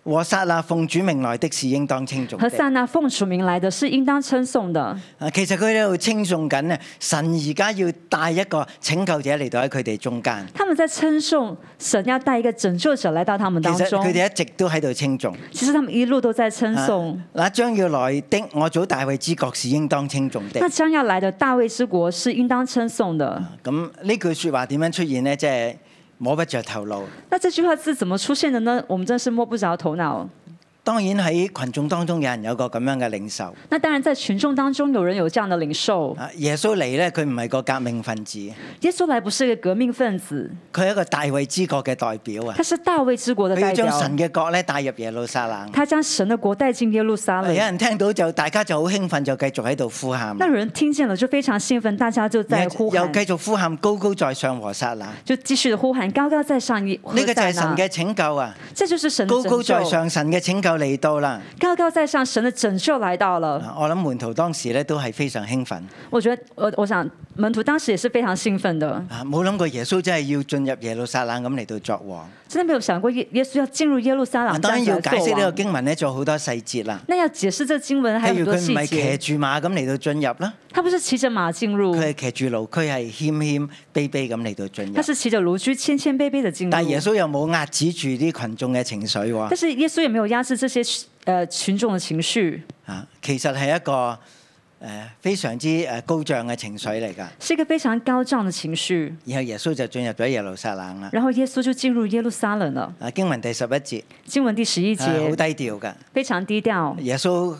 Speaker 2: 和撒那奉主名來的是應當稱頌
Speaker 3: 和
Speaker 2: 的。
Speaker 3: 散那奉主名来的是应当称颂的。
Speaker 2: 啊，其實佢哋喺度稱頌緊咧，神而家要帶一個拯救者嚟到喺佢哋中間。
Speaker 3: 他们在称颂神要带一个拯救者来到他们
Speaker 2: 其
Speaker 3: 当
Speaker 2: 實
Speaker 3: 中
Speaker 2: 佢。哋一直都喺度稱頌。
Speaker 3: 其实他们一路都在称颂。
Speaker 2: 啊那將要來的，我祖大衛之國是應當稱頌的
Speaker 3: 那。将要来的大卫之国是应当称颂的。
Speaker 2: 咁呢句説話點樣出現呢？即係摸不着頭腦。
Speaker 3: 那这句话是怎么出现的呢？我们真是摸不着头脑。
Speaker 2: 當然喺群眾當中有人有個咁樣嘅領袖。
Speaker 3: 那当然，在群众当中有人有这样的领受。
Speaker 2: 啊，耶穌嚟呢，佢唔係個革命分子，
Speaker 3: 耶稣来不是个革命分子，
Speaker 2: 佢係一個大衛之國嘅代表啊
Speaker 3: 他。是大卫之国的
Speaker 2: 佢要
Speaker 3: 代
Speaker 2: 將
Speaker 3: 表。
Speaker 2: 神嘅國咧帶入耶路撒冷。
Speaker 3: 他将神的国带进耶路撒
Speaker 2: 有
Speaker 3: 冷。
Speaker 2: 人聽到就大家就好興奮，就繼續喺度呼喊，
Speaker 3: 那有人听见了就非常兴奋，大家就在
Speaker 2: 然
Speaker 3: 呼
Speaker 2: 後又
Speaker 3: 喊，
Speaker 2: 繼續呼喊高高在上和撒那。呢
Speaker 3: 就继续的呼喊，高高在上耶。
Speaker 2: 個就係神
Speaker 3: 何塞纳
Speaker 2: 嘅拯救啊！
Speaker 3: 这就是啊神的
Speaker 2: 高
Speaker 3: 拯救。
Speaker 2: 高在上，神嘅拯救嚟到啦。
Speaker 3: 高高在上，神的拯救来到了。
Speaker 2: 啊我諗門徒當時咧都係非常興奮，
Speaker 3: 我觉得，我我想门徒当时也是非常兴奋的，
Speaker 2: 啊冇諗過耶穌真係要進入耶路撒冷咁嚟到作王。
Speaker 3: 真的没有想过耶耶稣要进入耶路撒
Speaker 2: 啊
Speaker 3: 冷这
Speaker 2: 當
Speaker 3: 样
Speaker 2: 然
Speaker 3: 子
Speaker 2: 要解
Speaker 3: 来
Speaker 2: 釋呢
Speaker 3: 做
Speaker 2: 個
Speaker 3: 王。
Speaker 2: 經文咧，仲有好多細節啦。
Speaker 3: 那要解释这经文还有
Speaker 2: 譬
Speaker 3: 很
Speaker 2: 如
Speaker 3: 多
Speaker 2: 佢唔
Speaker 3: 细
Speaker 2: 係騎
Speaker 3: 节。
Speaker 2: 住馬咁嚟到進入啦，
Speaker 3: 他不是骑着马进入，
Speaker 2: 佢係騎住驢駒係謙謙卑卑咁嚟到進入
Speaker 3: 他。是骑着驢驹谦谦卑卑的进入。
Speaker 2: 但係耶穌又冇壓止住啲群眾嘅情緒喎。
Speaker 3: 但是耶稣也没有压制这些呃群众的情绪，
Speaker 2: 啊，其實係一個誒、呃非常之誒高漲嘅情緒嚟㗎。
Speaker 3: 是一个非常高涨的情绪。
Speaker 2: 然後耶穌就進入咗耶路撒冷啦。
Speaker 3: 然后耶稣就进入耶路撒冷了。
Speaker 2: 啊，經文第十一節
Speaker 3: 经文第十一节
Speaker 2: 啊好、低調㗎。
Speaker 3: 非常低调，
Speaker 2: 耶穌入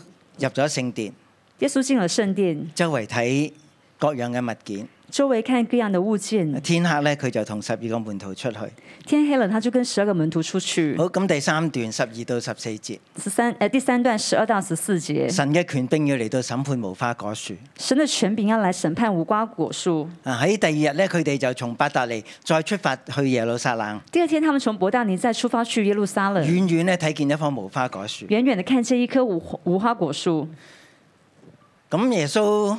Speaker 2: 咗聖殿，
Speaker 3: 耶稣进了圣殿，
Speaker 2: 周圍睇各樣嘅物件。
Speaker 3: 周围看各样的物件。
Speaker 2: 天黑咧，佢就同十二個門徒出去。好，
Speaker 3: 天黑了，他就跟十二个门徒出去。
Speaker 2: 咁第三段十二到十四節，
Speaker 3: 十三呃第三段十二到十四节，
Speaker 2: 神嘅權柄要嚟到審判無花果樹。
Speaker 3: 神的权柄要来审判无瓜果树。
Speaker 2: 啊，喺第二日咧，佢哋就從伯達尼再出發去耶路撒冷。
Speaker 3: 第二天，他们从伯大尼再出发去耶路撒冷，
Speaker 2: 遠遠咧睇見一棵無花果樹。
Speaker 3: 远远的看见一棵无花无花果树，
Speaker 2: 咁耶穌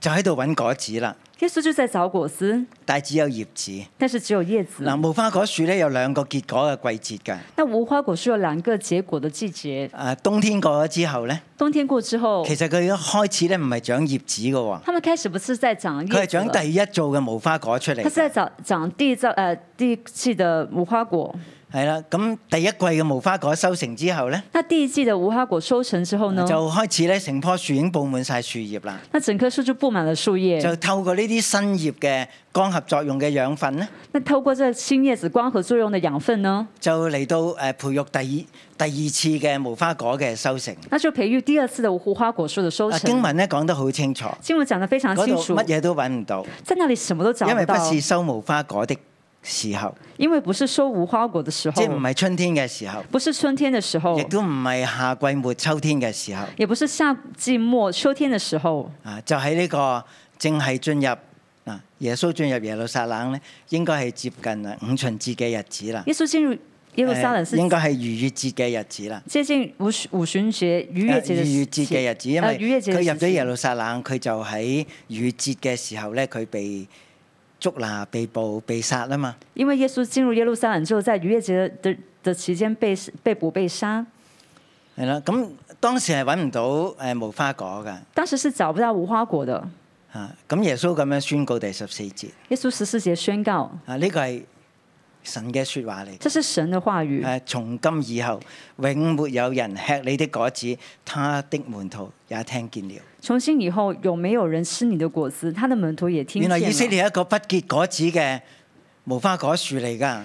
Speaker 2: 就喺度揾果子啦。
Speaker 3: 耶稣就在找果子，
Speaker 2: 但係只有葉子。
Speaker 3: 但是只有叶子。
Speaker 2: 嗱，無花果樹咧有兩個結果嘅季節㗎。
Speaker 3: 那无花果树有两个结果的季节，
Speaker 2: 啊，冬天過咗之後咧，
Speaker 3: 冬天過之后
Speaker 2: 其，實佢一開始咧唔係長葉子嘅喎，
Speaker 3: 他们开始不是在长
Speaker 2: 佢係
Speaker 3: 叶子啊
Speaker 2: 長
Speaker 3: 了，
Speaker 2: 第一造嘅無花果出嚟
Speaker 3: 它是在
Speaker 2: 㗎。
Speaker 3: 长长第一造呃第一季的无花果。
Speaker 2: 係啦，咁第一季嘅無花果收成之後咧，
Speaker 3: 那第一季的无花果收成之后呢，
Speaker 2: 就開始咧成棵樹已經佈滿晒樹葉啦。
Speaker 3: 那整棵树就布满了树叶。
Speaker 2: 就透過呢啲新葉嘅光合作用嘅養分咧，
Speaker 3: 那透过这新叶子光合作用的养分呢，
Speaker 2: 就嚟到誒培育第二第二次嘅無花果嘅收成。
Speaker 3: 那就培育第二次的无花果树的收
Speaker 2: 啊，
Speaker 3: 成。
Speaker 2: 經文咧講得好清楚，
Speaker 3: 经文讲得非常
Speaker 2: 嗰
Speaker 3: 清
Speaker 2: 度
Speaker 3: 楚
Speaker 2: 乜，嘢都揾唔到，
Speaker 3: 在那里什么都找
Speaker 2: 因為
Speaker 3: 不
Speaker 2: 不
Speaker 3: 到，
Speaker 2: 是收無花果的時候。
Speaker 3: 因为不是收无花果的时候
Speaker 2: 即係，唔係春天嘅時候，
Speaker 3: 不是春天的时候
Speaker 2: 亦，都唔係夏季末秋天嘅時候，
Speaker 3: 也不是夏季末秋天的时候，
Speaker 2: 啊，就喺呢個正係進入啊耶穌進入耶路撒冷咧，應該係接近啊五旬節嘅日子啦，
Speaker 3: 耶稣进入耶路撒冷
Speaker 2: 誒
Speaker 3: 是
Speaker 2: 應該係逾越節嘅日子啦。
Speaker 3: 接近五旬五旬节逾越
Speaker 2: 誒
Speaker 3: 节的
Speaker 2: 呃逾越
Speaker 3: 时
Speaker 2: 節
Speaker 3: 期
Speaker 2: 嘅日子，因
Speaker 3: 呃逾
Speaker 2: 為
Speaker 3: 越节的
Speaker 2: 佢入咗
Speaker 3: 时期
Speaker 2: 耶路撒冷，佢就喺逾越節嘅時候咧，佢被捉拿、被捕、被殺啊嘛。
Speaker 3: 因为耶稣进入耶路撒冷之后，在逾越节的的的期间被被捕被杀，
Speaker 2: 係啦，咁當時係揾唔到誒無花果㗎，
Speaker 3: 当时是找不到无花果的。
Speaker 2: 嚇咁耶穌咁樣宣告第十四節。
Speaker 3: 耶稣十四节宣告，
Speaker 2: 啊，呢個係神嘅説話嚟。
Speaker 3: 这是神的话语。
Speaker 2: 誒，從今以後，永沒有人吃你的果子，他的門徒也聽見了。
Speaker 3: 从今以后，有没有人吃你的果子？他的门徒也听
Speaker 2: 原
Speaker 3: 见
Speaker 2: 來以色
Speaker 3: 了。
Speaker 2: 列係一個不結果子嘅無花果樹嚟㗎。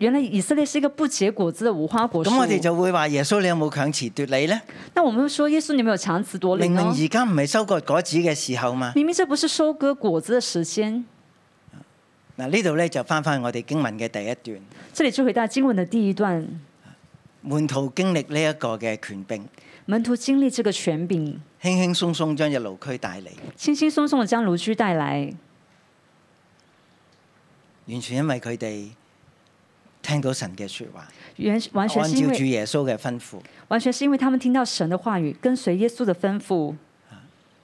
Speaker 3: 原来以色列是一个不结果子的无花果树。
Speaker 2: 咁我哋就會話耶穌，你有冇強詞奪理呢？
Speaker 3: 那我们说，耶稣，你没有强词夺理
Speaker 2: 明明
Speaker 3: 呢？
Speaker 2: 而家唔係收割果子嘅時候嘛。
Speaker 3: 明明这不是收割果子的时间。
Speaker 2: 嗱，呢度咧就翻翻我哋經文嘅第一段，
Speaker 3: 这里就回到经文的第一段，
Speaker 2: 門徒經歷呢一個嘅權柄，
Speaker 3: 门徒经历这个权柄，
Speaker 2: 輕輕鬆鬆將只路區帶嚟，
Speaker 3: 轻轻松松的将卢居带来，
Speaker 2: 完全因為佢哋聽到神嘅説話，
Speaker 3: 原完全
Speaker 2: 按
Speaker 3: 是因
Speaker 2: 照主
Speaker 3: 为
Speaker 2: 耶穌嘅吩咐，
Speaker 3: 完全是因为他们听到神的话语，跟随耶稣的吩咐，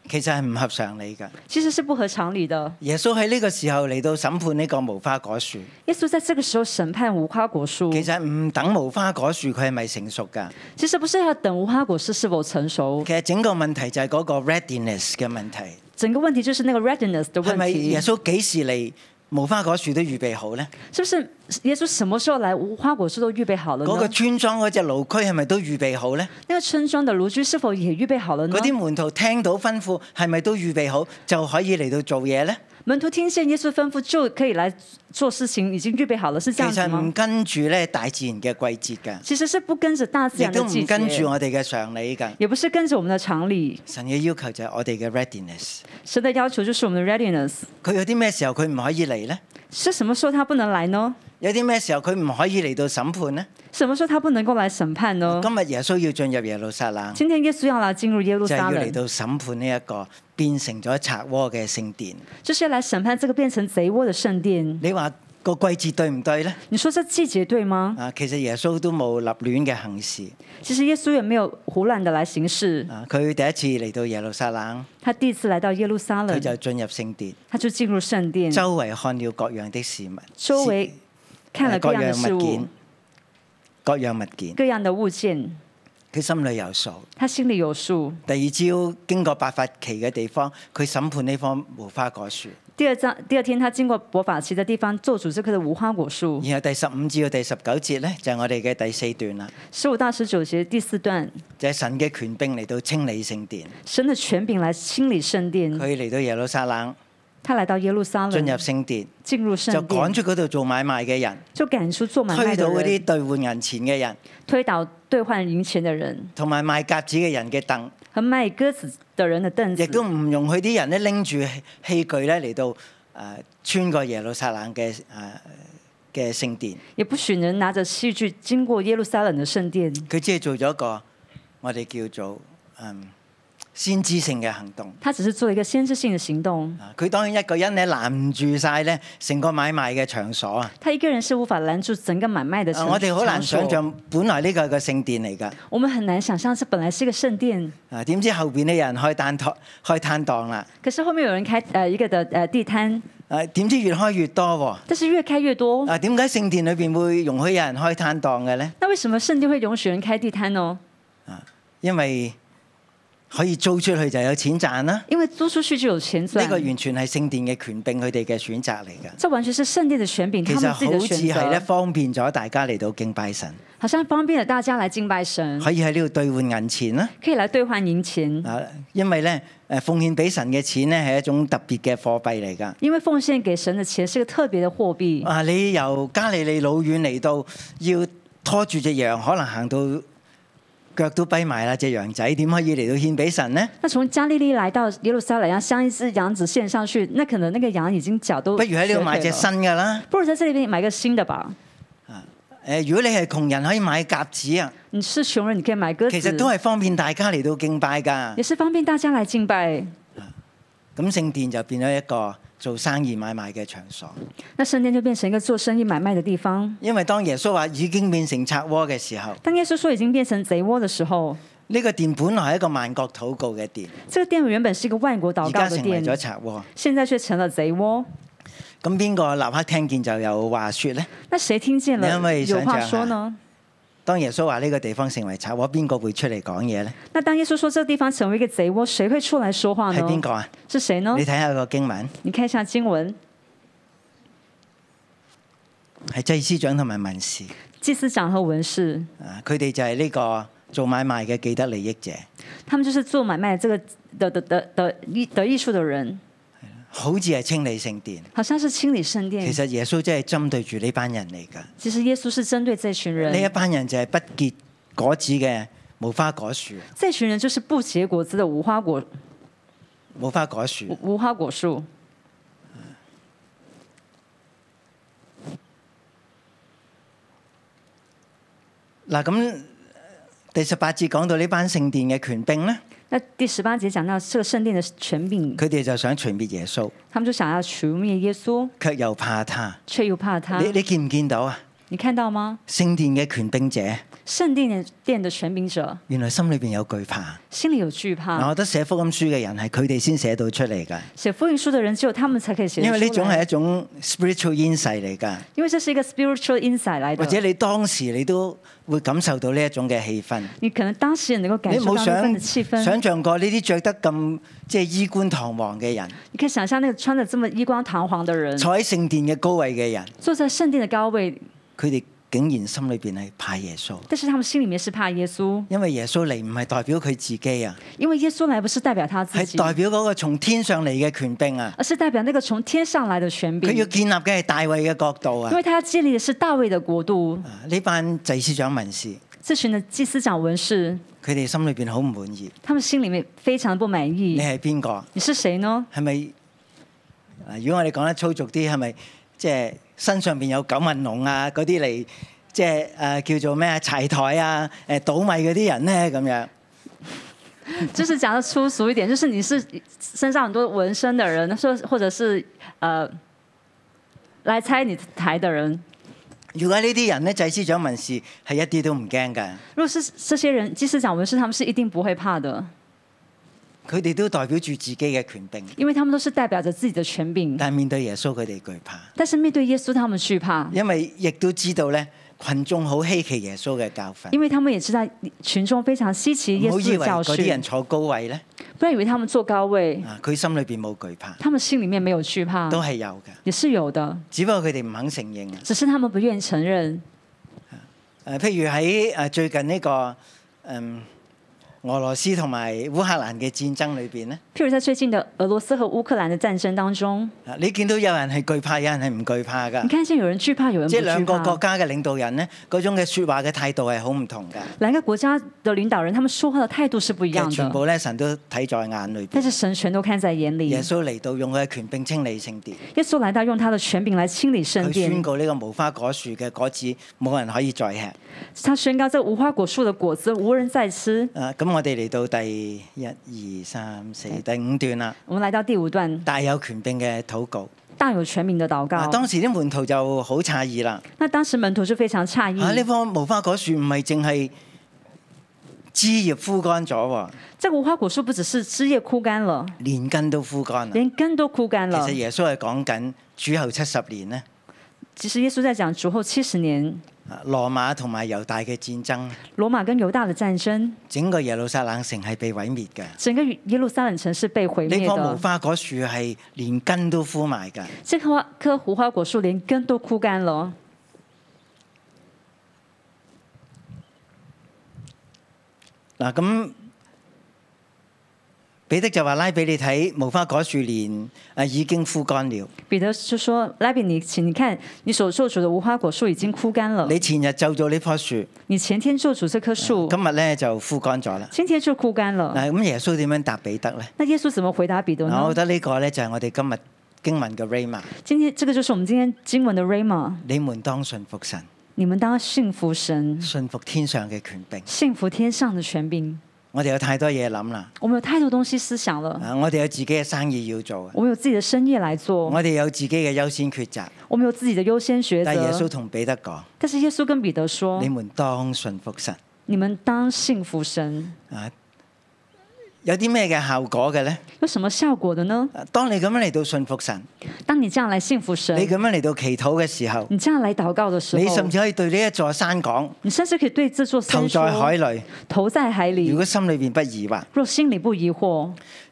Speaker 2: 其實係唔合常理㗎。
Speaker 3: 其实是不合常理的。
Speaker 2: 耶穌喺呢個時候嚟到審判呢個無花果樹，
Speaker 3: 耶稣在这个时候审判无花果树，
Speaker 2: 其實唔等無花果樹佢係咪成熟㗎？
Speaker 3: 其实不是要等无花果树是否成熟，
Speaker 2: 其實整個問題就係嗰個 readiness 嘅問題，
Speaker 3: 整个问题就是那个 readiness 的
Speaker 2: 係
Speaker 3: 问
Speaker 2: 咪
Speaker 3: 题，
Speaker 2: 哎耶穌幾時嚟無花果樹都預備好呢？
Speaker 3: 是不是耶稣什么时候来，无花果树都预备好了呢？
Speaker 2: 嗰、個村莊嗰只路區係咪都預備好呢？
Speaker 3: 那个村庄的炉居是否也预备好了呢
Speaker 2: 嗰？啲門徒聽到吩咐係咪都預備好就可以嚟到做嘢呢？
Speaker 3: 门徒听见耶稣吩咐就可以来做事情，已经预备好了，是
Speaker 2: 其
Speaker 3: 这样子
Speaker 2: 實唔
Speaker 3: 吗？
Speaker 2: 跟住咧大自然嘅季節㗎，
Speaker 3: 其实是不跟着大自
Speaker 2: 亦
Speaker 3: 然的
Speaker 2: 都
Speaker 3: 季
Speaker 2: 唔
Speaker 3: 节，
Speaker 2: 跟啊住我哋嘅常理㗎。
Speaker 3: 也不是跟着我们的常理。
Speaker 2: 神嘅要求就係我哋嘅 readiness。
Speaker 3: 神的要求就是我们的 readiness，
Speaker 2: 佢有啲咩時候佢唔可以嚟呢？
Speaker 3: 是什么时候他不能来呢？
Speaker 2: 有啲咩時候佢唔可以嚟到審判呢？
Speaker 3: 什么时候他不能够来审判呢？
Speaker 2: 今日耶穌要進入耶路撒冷，
Speaker 3: 今天哦耶稣要来进入耶路
Speaker 2: 就係
Speaker 3: 撒
Speaker 2: 要嚟
Speaker 3: 冷，
Speaker 2: 到審判呢一個變成咗賊窩嘅聖殿。
Speaker 3: 就是要来审判这个变成贼窝的圣殿。
Speaker 2: 你話個季節對唔對呢？
Speaker 3: 你说这季节对吗？
Speaker 2: 啊，其實耶穌都冇立亂嘅行事。
Speaker 3: 其实耶稣也没有胡乱的来行事。
Speaker 2: 啊，佢第一次嚟到耶路撒冷，
Speaker 3: 他第一次来到耶路撒
Speaker 2: 佢
Speaker 3: 冷，
Speaker 2: 就進入聖殿，
Speaker 3: 他就进入圣殿，
Speaker 2: 周圍看了各樣的事物，
Speaker 3: 嗯周围
Speaker 2: 事啊
Speaker 3: 看了
Speaker 2: 呃各
Speaker 3: 各样的
Speaker 2: 樣
Speaker 3: 事
Speaker 2: 物
Speaker 3: 物
Speaker 2: 件，，各樣物件，
Speaker 3: 各样的物件，
Speaker 2: 佢心裏有數。
Speaker 3: 他心里有数。
Speaker 2: 第二朝經過八法期嘅地方，佢審判呢棵無花果樹。
Speaker 3: 第二章第二天，他经过伯法奇的地方，做主这棵的无花果树。
Speaker 2: 然後第十五至到第十九節呢，就係、我哋嘅第四段啦，
Speaker 3: 十五到十九节第四段，
Speaker 2: 就係、神嘅權柄嚟到清理聖殿。
Speaker 3: 神的权柄来清理圣殿。
Speaker 2: 佢嚟到耶路撒冷，
Speaker 3: 他来到耶路撒
Speaker 2: 進入
Speaker 3: 冷，
Speaker 2: 聖殿，
Speaker 3: 进入
Speaker 2: 就
Speaker 3: 圣
Speaker 2: 趕
Speaker 3: 殿，
Speaker 2: 出嗰度做買賣嘅人，
Speaker 3: 就赶出做买卖
Speaker 2: 推
Speaker 3: 的
Speaker 2: 到嗰
Speaker 3: 人，
Speaker 2: 啲兑換銀錢嘅人，
Speaker 3: 推倒兑换银钱的人
Speaker 2: 同埋賣鴿子嘅人嘅凳。
Speaker 3: 和卖鸽子的人的凳
Speaker 2: 亦都
Speaker 3: 子，
Speaker 2: 唔容許啲人咧拎住器具咧嚟到誒、呃穿過耶路撒冷嘅誒嘅聖殿，
Speaker 3: 也不许人拿着器具经过耶路撒冷的圣殿。
Speaker 2: 佢只係做咗一個我哋叫做嗯先知性嘅行動。
Speaker 3: 他只是做一个先知性的行动，
Speaker 2: 啊佢當然一個人咧攔住晒咧成個買賣嘅場所啊！
Speaker 3: 他一个人是无法拦住整个买卖的
Speaker 2: 啊
Speaker 3: 场。
Speaker 2: 我哋好難
Speaker 3: 场所
Speaker 2: 想，象，本來呢個係個聖殿嚟㗎，
Speaker 3: 我们很難想象这本来是一个圣殿，
Speaker 2: 啊點知後邊呢有人開攤檔開攤檔啦，
Speaker 3: 可是后面有人开呃一个的呃地摊，
Speaker 2: 啊點知越開越多喎、
Speaker 3: 但是越开越多。
Speaker 2: 啊點解聖殿裏邊會容許有人開攤檔嘅咧？
Speaker 3: 那为什么圣殿会容许人开地摊呢？
Speaker 2: 因為可以租出去就有錢賺啦。
Speaker 3: 因为租出去就有钱赚。
Speaker 2: 呢個完全係聖殿嘅權柄，佢哋嘅選擇嚟㗎。
Speaker 3: 这完全是圣殿的权柄，
Speaker 2: 其
Speaker 3: 嗯他
Speaker 2: 實
Speaker 3: 们
Speaker 2: 好
Speaker 3: 自己
Speaker 2: 似
Speaker 3: 的选
Speaker 2: 係咧
Speaker 3: 择，
Speaker 2: 方便咗大家嚟到敬拜神，
Speaker 3: 好像方便了大家来敬拜神，
Speaker 2: 可以喺呢度兑換銀錢啦。
Speaker 3: 可以来兑换银钱，
Speaker 2: 啊，因為咧誒奉獻俾神嘅錢咧係一種特別嘅貨幣嚟㗎。
Speaker 3: 因为奉献给神的钱是个特别的貨幣。
Speaker 2: 啊，你由加利利老遠嚟到，要拖住只羊，可能行到腳都跛埋啦，只羊仔點可以嚟到獻俾神呢？
Speaker 3: 那从加利利来到耶路撒冷，要像一只羊子献上去，那可能那个羊已经脚都
Speaker 2: 不如喺呢度買隻
Speaker 3: 瘸腿
Speaker 2: 新
Speaker 3: 了，
Speaker 2: 㗎啦。
Speaker 3: 不如在这里买个新的吧。
Speaker 2: 誒、如果你係窮人，可以買鴿子啊，
Speaker 3: 你是穷人，你可以买鸽子，
Speaker 2: 其實都係方便大家嚟到敬拜㗎。
Speaker 3: 也是方便大家来敬拜。
Speaker 2: 咁聖殿就變咗一個做生意買賣嘅場所，
Speaker 3: 那圣殿就变成一个做生意买卖的地方。
Speaker 2: 因為當耶穌話已經變成賊窩嘅時候，
Speaker 3: 当耶稣说已经變成贼窝的时候，
Speaker 2: 呢、個殿本來係一個萬國禱告嘅殿，
Speaker 3: 这个殿原本是一个万国祷
Speaker 2: 而
Speaker 3: 告
Speaker 2: 家
Speaker 3: 的
Speaker 2: 成為
Speaker 3: 殿，
Speaker 2: 咗賊窩。
Speaker 3: 现在却成了贼窝。
Speaker 2: 咁邊個立刻聽見就有話說呢？
Speaker 3: 那谁听见
Speaker 2: 你可不
Speaker 3: 了
Speaker 2: 可以
Speaker 3: 有
Speaker 2: 想象
Speaker 3: 话
Speaker 2: 啊
Speaker 3: 说呢？
Speaker 2: 當耶穌話呢個地方成為賊窩，邊個會出嚟講嘢呢？
Speaker 3: 那当耶稣说这地方成为一个贼窝，谁会出来说话
Speaker 2: 係邊
Speaker 3: 呢？
Speaker 2: 個啊？
Speaker 3: 是谁呢
Speaker 2: 你？睇下個經文，
Speaker 3: 你看一下经文，
Speaker 2: 係祭司長同埋文士
Speaker 3: 祭司长和文士，
Speaker 2: 啊，佢哋就係呢個做買賣嘅既得利益者，
Speaker 3: 他们就是做买卖这个的的的的艺的艺术的人，
Speaker 2: 好似係清理聖殿。
Speaker 3: 好像是清理圣
Speaker 2: 其
Speaker 3: 殿。
Speaker 2: 實耶穌真係針對住呢班人嚟㗎，
Speaker 3: 其实耶稣是针对这群
Speaker 2: 呢一
Speaker 3: 人，
Speaker 2: 班人就係不結果子嘅無花果樹，
Speaker 3: 这群人就是不结果子的无花果
Speaker 2: 無花果樹。
Speaker 3: 无无花果树。
Speaker 2: 嗱咁第十八節講到呢班聖殿嘅權兵呢，
Speaker 3: 那第十八节讲到这个圣殿的权柄，
Speaker 2: 佢哋就想除滅耶穌，
Speaker 3: 他们就想要除灭耶稣，
Speaker 2: 卻又怕他。
Speaker 3: 却又怕他
Speaker 2: 你。你見唔見到啊？
Speaker 3: 你看到吗？
Speaker 2: 聖殿嘅權兵者，
Speaker 3: 圣殿的殿的权柄者
Speaker 2: 原來心裏邊有懼怕。
Speaker 3: 心里有惧
Speaker 2: 嗱，我
Speaker 3: 怕，
Speaker 2: 覺得寫福音書嘅人係佢哋先寫到出嚟㗎，
Speaker 3: 写福音书的人只有他们才可以写得
Speaker 2: 因為呢
Speaker 3: 出
Speaker 2: 種係
Speaker 3: 来
Speaker 2: 一，種 spiritual insight 嚟㗎，
Speaker 3: 因为这是一个 spiritual insight 来
Speaker 2: 或者
Speaker 3: 的。
Speaker 2: 你當時你都會感受到呢一種嘅氣氛。
Speaker 3: 你可能当时也能够感
Speaker 2: 你
Speaker 3: 受
Speaker 2: 冇
Speaker 3: 到那份
Speaker 2: 想
Speaker 3: 的气氛，
Speaker 2: 想象過呢啲着得咁即係衣冠堂皇嘅人，
Speaker 3: 你可以想象那个穿的这么衣光堂皇的人，
Speaker 2: 坐喺聖殿嘅高位嘅人，
Speaker 3: 坐在圣殿的高位，
Speaker 2: 佢哋竟然心裏邊係怕耶穌，
Speaker 3: 但是他们心里面是怕耶稣，
Speaker 2: 因為耶穌嚟唔係代表佢自己啊，
Speaker 3: 因为耶稣来不是代表他自
Speaker 2: 係
Speaker 3: 己，
Speaker 2: 代表嗰個從天上嚟嘅權柄啊。
Speaker 3: 而是代表那个从天上来的权柄
Speaker 2: 佢，要建立嘅係大衛嘅國度啊
Speaker 3: 因！为他要建立的是大卫的国度。
Speaker 2: 啊呢班祭司長文士，
Speaker 3: 这群的祭司长文士，
Speaker 2: 佢哋心裏邊好唔滿意。
Speaker 3: 他们心里面非常的不满
Speaker 2: 你
Speaker 3: 意。
Speaker 2: 係邊個？
Speaker 3: 你是谁呢？
Speaker 2: 係咪？啊如果我哋講得粗俗啲，係咪即係身上邊有九紋龍啊嗰啲嚟，即係誒、呃叫做咩啊柴台啊誒倒米嗰啲人咧咁樣？嗯
Speaker 3: 就是讲的粗俗一点，就是你是身上很多纹身的人，说或者是呃来拆你台的人。
Speaker 2: 如果呢啲人咧，祭司長文士係一啲都唔驚㗎，
Speaker 3: 如果是这些人，祭司长文士，他们是一定不会怕的，
Speaker 2: 佢哋都代表住自己嘅權柄，
Speaker 3: 因为他们都是代表着自己的权柄。
Speaker 2: 但係面對耶穌佢哋懼怕，
Speaker 3: 但是面对耶稣，他们惧怕，
Speaker 2: 因為亦都知道咧，群眾好稀奇耶穌嘅教訓。
Speaker 3: 因为他们也知道群众非常稀奇耶
Speaker 2: 唔好以
Speaker 3: 稣
Speaker 2: 為
Speaker 3: 的教
Speaker 2: 嗰啲人
Speaker 3: 训，
Speaker 2: 坐高位咧，
Speaker 3: 不要以为他们坐高位，
Speaker 2: 啊，佢心裏邊冇懼怕，
Speaker 3: 他们心里面没有惧怕，
Speaker 2: 都係有嘅，
Speaker 3: 也是有的，
Speaker 2: 只不過佢哋唔肯承認啊。
Speaker 3: 只是他们不愿意承认。
Speaker 2: 誒，呃譬如喺誒最近呢、個嗯俄羅斯同埋烏克蘭嘅戰爭裏邊咧，
Speaker 3: 譬如在最近的俄罗斯和乌克兰的战争当中，
Speaker 2: 啊你見到有人係懼怕，有人係唔懼怕
Speaker 3: 你
Speaker 2: 㗎。
Speaker 3: 看见有人惧怕，有人不
Speaker 2: 即係
Speaker 3: 惧
Speaker 2: 兩個國
Speaker 3: 怕。
Speaker 2: 家嘅領導人咧，嗰種嘅説話嘅態度係好唔同㗎。
Speaker 3: 两个国家的领导人，他们说话的态度是不一
Speaker 2: 其
Speaker 3: 样
Speaker 2: 實全
Speaker 3: 的，
Speaker 2: 部咧，神都睇在眼裏
Speaker 3: 但
Speaker 2: 邊。
Speaker 3: 是神全都看在眼里。
Speaker 2: 耶
Speaker 3: 耶
Speaker 2: 穌嚟到用佢嘅權柄清理聖殿，
Speaker 3: 稣来到，用他的权柄来清理圣
Speaker 2: 佢宣
Speaker 3: 殿，
Speaker 2: 告呢個無花果樹嘅果子冇人可以再吃。
Speaker 3: 他宣告这无花果树的果子无人再吃。
Speaker 2: 啊，咁我哋嚟到第一、二、三、四、第五段啦，
Speaker 3: 我们来到第五段，
Speaker 2: 大有權柄嘅禱告。
Speaker 3: 大有权柄的祷
Speaker 2: 啊，
Speaker 3: 告。
Speaker 2: 當時啲門徒就好詫異啦。
Speaker 3: 那当时门徒就非常诧
Speaker 2: 啊，呢
Speaker 3: 异，
Speaker 2: 棵無花果樹唔係淨係枝葉枯乾咗喎，
Speaker 3: 这个无花果树不只是枝叶枯干了，
Speaker 2: 連根都枯乾啦。
Speaker 3: 连根都枯干
Speaker 2: 嗯其
Speaker 3: 了
Speaker 2: 實。耶穌係講緊主後七十年咧，
Speaker 3: 其实耶稣在讲主后七十年，
Speaker 2: 啊羅馬同埋猶大嘅戰爭，
Speaker 3: 罗马跟犹大的战争，整
Speaker 2: 整個耶路撒冷城係被毀滅嘅。
Speaker 3: 整个耶路撒冷城市被啊毁
Speaker 2: 呢
Speaker 3: 灭
Speaker 2: 棵無
Speaker 3: 的。
Speaker 2: 花果樹係連根都枯埋㗎。
Speaker 3: 这棵花棵无花果树连根都枯干了。
Speaker 2: 嗱咁，彼得就話拉俾你睇，無花果樹連啊已經枯乾了。
Speaker 3: 彼得就说：“拉比尼，请你看，你所咒诅的无花果树已經枯干了。
Speaker 2: 你前日就咗呢棵樹，
Speaker 3: 你前天咒诅这棵树，
Speaker 2: 今日咧就枯乾咗啦。
Speaker 3: 今天就枯干了。
Speaker 2: 嗱，咁耶穌點樣答彼得咧？
Speaker 3: 那耶穌怎么回答彼得
Speaker 2: 嗱我
Speaker 3: 呢
Speaker 2: 覺？得呢個咧就係我哋今日經文嘅 rama。
Speaker 3: 今天这个就是我们今天经文的 rama，
Speaker 2: 你們當信服神，
Speaker 3: 你们当信服神，
Speaker 2: 信服天上嘅權柄。
Speaker 3: 信服天上的权柄。
Speaker 2: 我哋有太多嘢諗啦，
Speaker 3: 我们有太多东西思想了，
Speaker 2: 啊，我哋有自己嘅生意要做，啊
Speaker 3: 我们有自己的深夜来做，
Speaker 2: 我哋有自己嘅優先抉擇。
Speaker 3: 我们有自己的优先抉
Speaker 2: 但耶穌
Speaker 3: 择。
Speaker 2: 同彼得講：
Speaker 3: 但是耶稣跟彼得说
Speaker 2: 你：們當信服神。
Speaker 3: 你们当信服神。
Speaker 2: 啊，有啲咩嘅效果嘅咧？
Speaker 3: 有什么效果的呢？
Speaker 2: 當你咁樣嚟到信服神，
Speaker 3: 当你这样来信服神，
Speaker 2: 你
Speaker 3: 你
Speaker 2: 咁樣嚟到祈禱嘅時候，
Speaker 3: 这样来祷告的时候，
Speaker 2: 你甚至可以對呢一座山講：
Speaker 3: 你甚至可以对这座山
Speaker 2: 投在
Speaker 3: 说
Speaker 2: 海裏。
Speaker 3: 投在海里。
Speaker 2: 如果心裏邊不疑惑，
Speaker 3: 若心里不疑惑，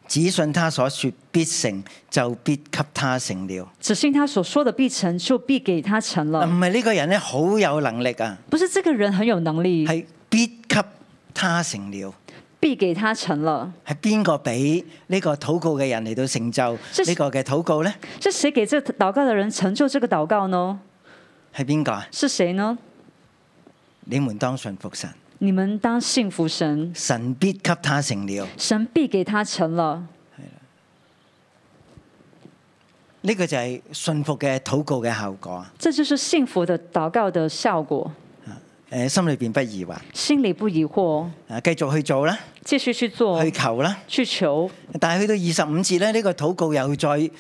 Speaker 2: 只信他所說必成，就必給他成了。
Speaker 3: 只信他所说的必成，就必给他成了。
Speaker 2: 唔係呢個人咧好有能力啊，
Speaker 3: 不是这个人很有能力，
Speaker 2: 係必給他成了。
Speaker 3: 必给他成了。
Speaker 2: 係邊個俾呢個禱告嘅人嚟到成就
Speaker 3: 即是
Speaker 2: 呢個嘅禱告呢？
Speaker 3: 是谁给这祷告的人成就这个祷告呢？
Speaker 2: 係邊個啊？
Speaker 3: 是谁呢？
Speaker 2: 你們當信服神，
Speaker 3: 你们当信服神，
Speaker 2: 神必給他成了。
Speaker 3: 神必给他成了。
Speaker 2: 呢、個就係信服嘅禱告嘅效果。啊
Speaker 3: 这就是幸福的祷告的效果。
Speaker 2: 誒、心裏邊不疑惑，
Speaker 3: 心里不疑惑，
Speaker 2: 誒繼續去做啦，
Speaker 3: 继续去做
Speaker 2: 去，求啦。
Speaker 3: 去求。
Speaker 2: 但係去到二十五節咧，呢、個禱告又再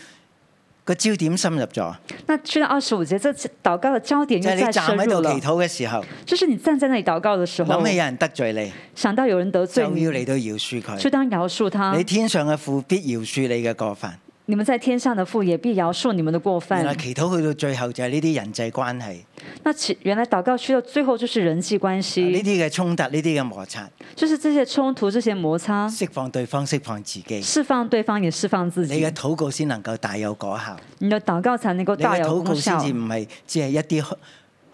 Speaker 2: 個焦點深入咗，
Speaker 3: 那去到二十五节，这祷告的焦点
Speaker 2: 就
Speaker 3: 又
Speaker 2: 係、你
Speaker 3: 再
Speaker 2: 站
Speaker 3: 深
Speaker 2: 喺
Speaker 3: 入
Speaker 2: 度
Speaker 3: 了
Speaker 2: 祈禱，嘅時候，
Speaker 3: 就是你站在那里祷告的时候
Speaker 2: 諗，起有人得罪你，
Speaker 3: 想到有人得
Speaker 2: 就
Speaker 3: 罪
Speaker 2: 要
Speaker 3: 你，
Speaker 2: 嚟到饒恕
Speaker 3: 就
Speaker 2: 佢。
Speaker 3: 当饶恕他
Speaker 2: 你。天上嘅父必饒恕你嘅過犯。
Speaker 3: 你们在天上的父也必饶恕你们的过
Speaker 2: 原來
Speaker 3: 犯。
Speaker 2: 祈禱去到最後就係呢啲人際關係，呢
Speaker 3: 那其原来祷告去到最后就是啊人际关系
Speaker 2: 啲，嘅衝突，呢啲嘅摩擦，
Speaker 3: 就是这些冲突、这些摩擦，
Speaker 2: 釋放對方，釋放自己。
Speaker 3: 释放对方也释放自
Speaker 2: 你
Speaker 3: 己
Speaker 2: 嘅。禱告先能夠大有果效，
Speaker 3: 你的祷告才能够
Speaker 2: 你
Speaker 3: 大
Speaker 2: 嘅
Speaker 3: 有
Speaker 2: 禱告
Speaker 3: 功
Speaker 2: 先
Speaker 3: 效
Speaker 2: 至，唔係只係一啲空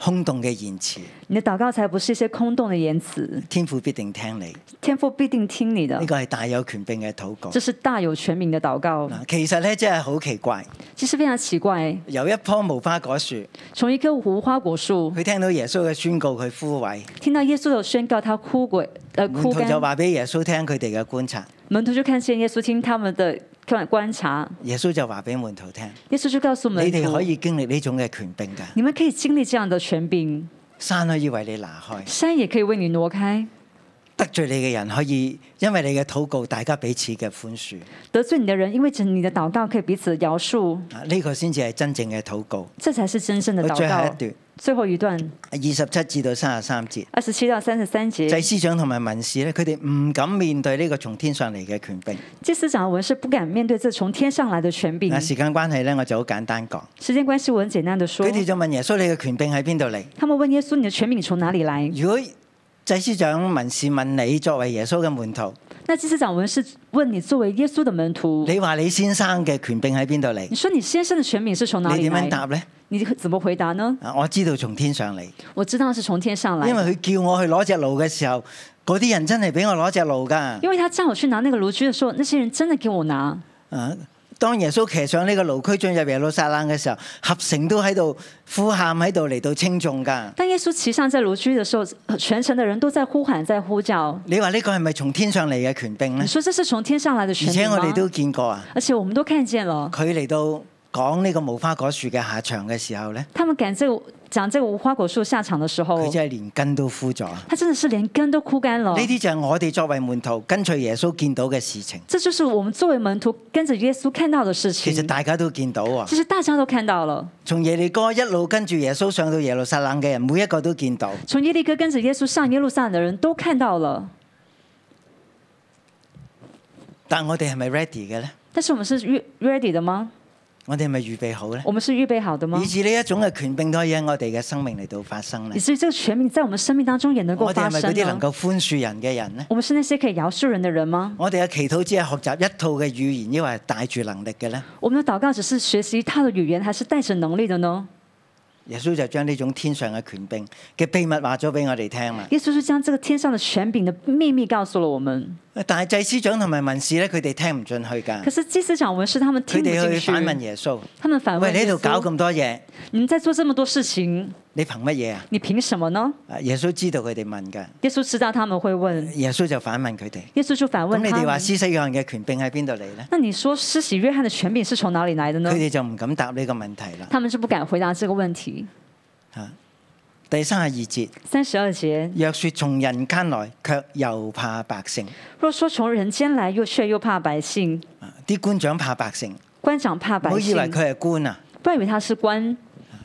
Speaker 2: 空洞嘅言辭。
Speaker 3: 你的祷告才不是一些空洞的言辞。
Speaker 2: 天父必定聽你，呢
Speaker 3: 天父必定听你的，
Speaker 2: 個係大有權柄嘅禱告
Speaker 3: 这。是大有全名的祷告。
Speaker 2: 嗱，其實咧真係好奇怪，
Speaker 3: 其实非常奇怪，
Speaker 2: 由一棵無花果樹，
Speaker 3: 从一棵无花果树
Speaker 2: 佢聽到耶穌嘅宣告，佢枯萎，
Speaker 3: 听到耶稣的宣告，他枯萎，呃，
Speaker 2: 門
Speaker 3: 枯
Speaker 2: 徒就
Speaker 3: 干。
Speaker 2: 話俾耶穌聽佢哋嘅觀察，
Speaker 3: 门徒就看见耶稣听他们的看观察，
Speaker 2: 耶穌就話俾門徒聽：
Speaker 3: 耶稣就告诉门
Speaker 2: 你
Speaker 3: 徒：
Speaker 2: 哋可以經歷呢種嘅權柄㗎，
Speaker 3: 你们可以经历这样的权柄，
Speaker 2: 山可以為你拿開。
Speaker 3: 山也可以为你挪开，
Speaker 2: 得罪你嘅人可以因為你嘅禱告，大家彼此嘅寬恕，
Speaker 3: 得罪你的人，因为着你的祷告可以彼此饶恕，
Speaker 2: 啊呢、個先至係真正嘅禱告。
Speaker 3: 这才是真正的
Speaker 2: 佢
Speaker 3: 祷
Speaker 2: 最後一
Speaker 3: 告。
Speaker 2: 段
Speaker 3: 最后一段，
Speaker 2: 二十七至到三十三節，
Speaker 3: 二十七到三十三
Speaker 2: 祭
Speaker 3: 节，
Speaker 2: 司長同埋文士咧，佢哋唔敢面對呢個從天上嚟嘅權柄。
Speaker 3: 祭司长文是不敢面对这从天上来的权柄
Speaker 2: 嗱，。時間關係咧，我就好簡單講。
Speaker 3: 时间关系，我很简单的说
Speaker 2: 佢，哋就問耶穌：你嘅權柄喺邊度嚟？
Speaker 3: 他们问耶稣：“你的权柄从哪里来
Speaker 2: 如果祭司長文士問你作為耶穌嘅門徒，？”
Speaker 3: 那祭司长文是问你作为耶稣的门徒，
Speaker 2: 你話你先生嘅權柄喺邊度嚟？
Speaker 3: 你说你先生的权柄是从哪
Speaker 2: 你
Speaker 3: 里
Speaker 2: 點
Speaker 3: 来
Speaker 2: 樣？答呢？
Speaker 3: 你怎么回答呢？
Speaker 2: 啊我知道從天上嚟，
Speaker 3: 我知道是从天上来
Speaker 2: 因
Speaker 3: 的，
Speaker 2: 為佢叫我去攞只路嘅時候，嗰啲人真係俾我攞只路㗎。
Speaker 3: 因为他叫我去拿那个炉具的时候，那些人真的给我拿。
Speaker 2: 啊！當耶穌騎上呢個路區進入耶路撒冷嘅時候，合城都喺度呼喊喺度嚟到稱頌㗎。
Speaker 3: 但耶稣骑上这炉具的时候，呃全城的人都在呼喊，在呼叫。
Speaker 2: 你話呢個係咪從天上嚟嘅權柄呢
Speaker 3: 你？说这是从天上来的
Speaker 2: 而
Speaker 3: 权
Speaker 2: 且
Speaker 3: 柄
Speaker 2: 我
Speaker 3: 吗？
Speaker 2: 哋都見過啊，
Speaker 3: 而且我们都看见了，
Speaker 2: 佢嚟到講呢個無花果樹嘅下場嘅時候呢，
Speaker 3: 他们赶这个讲这个无花果树下场的时候
Speaker 2: 佢，真係連根都枯咗。
Speaker 3: 他真的是连根都枯干了
Speaker 2: 呢。啲就係我哋作為門徒跟隨耶穌見到嘅事情。
Speaker 3: 这就是我们作为门徒跟着耶稣看到的事
Speaker 2: 其實
Speaker 3: 情。
Speaker 2: 大家都見到喎，
Speaker 3: 其实大家都看到了，
Speaker 2: 從耶利哥一路跟住耶穌上到耶路撒冷嘅人，每一個都見到。
Speaker 3: 从耶利哥跟着耶稣上耶路撒冷的人都看到了。
Speaker 2: 但我哋係咪 ready 嘅呢？
Speaker 3: 但是我们是预 ready 的吗？
Speaker 2: 我哋係咪預備好呢？
Speaker 3: 我们是预备好的吗
Speaker 2: 以？至呢一種嘅權柄都可以喺我哋嘅生命嚟到發生呢
Speaker 3: 以？至于这个权柄在我们生命当中也能够
Speaker 2: 我哋
Speaker 3: 发
Speaker 2: 係咪
Speaker 3: 生啊
Speaker 2: 嗰啲能
Speaker 3: 呢。
Speaker 2: 夠寬恕人嘅人呢？
Speaker 3: 我们是那些可以饶恕人的人吗？
Speaker 2: 我哋嘅祈禱只係學習一套嘅語言，抑或係帶住能力嘅呢？
Speaker 3: 我们的祷告只是学习他的语言，还是带着能力的呢？
Speaker 2: 耶穌就將呢種天上嘅權柄嘅秘密話咗俾我哋聽啦。
Speaker 3: 耶稣是将这个天上的权柄的秘密告诉了我们。
Speaker 2: 但係祭司長同埋文士咧，佢哋聽唔進去㗎
Speaker 3: 可。是祭司长文是他们
Speaker 2: 佢
Speaker 3: 听不
Speaker 2: 哋
Speaker 3: 进
Speaker 2: 去
Speaker 3: 去，
Speaker 2: 反問耶穌：
Speaker 3: 他们反
Speaker 2: 喂，
Speaker 3: 问
Speaker 2: 你喺
Speaker 3: 啊耶
Speaker 2: 度搞
Speaker 3: 稣
Speaker 2: 咁多嘢，
Speaker 3: 你们在做这么多事情，
Speaker 2: 你憑乜嘢啊？
Speaker 3: 你凭什么呢？
Speaker 2: 啊耶穌知道佢哋問㗎，
Speaker 3: 耶稣知道他们会问，
Speaker 2: 耶穌就反問佢哋。
Speaker 3: 耶稣就反
Speaker 2: 咁
Speaker 3: 问
Speaker 2: 你
Speaker 3: 他
Speaker 2: 哋話
Speaker 3: 们。
Speaker 2: 施洗約翰嘅權柄喺邊度嚟呢？
Speaker 3: 那你说施洗约翰的权柄是从哪里来的呢
Speaker 2: 佢？哋就唔敢答呢個問題啦。
Speaker 3: 他们是不敢回答这个问题。
Speaker 2: 第三十二節，
Speaker 3: 三十二节，
Speaker 2: 若說從人間來，卻又怕百姓。
Speaker 3: 若说从人间来，又却又怕百姓，
Speaker 2: 啊啲官長怕百姓，
Speaker 3: 官长怕
Speaker 2: 唔
Speaker 3: 百
Speaker 2: 好以
Speaker 3: 姓
Speaker 2: 為，佢係官啊，
Speaker 3: 不要以为他是官，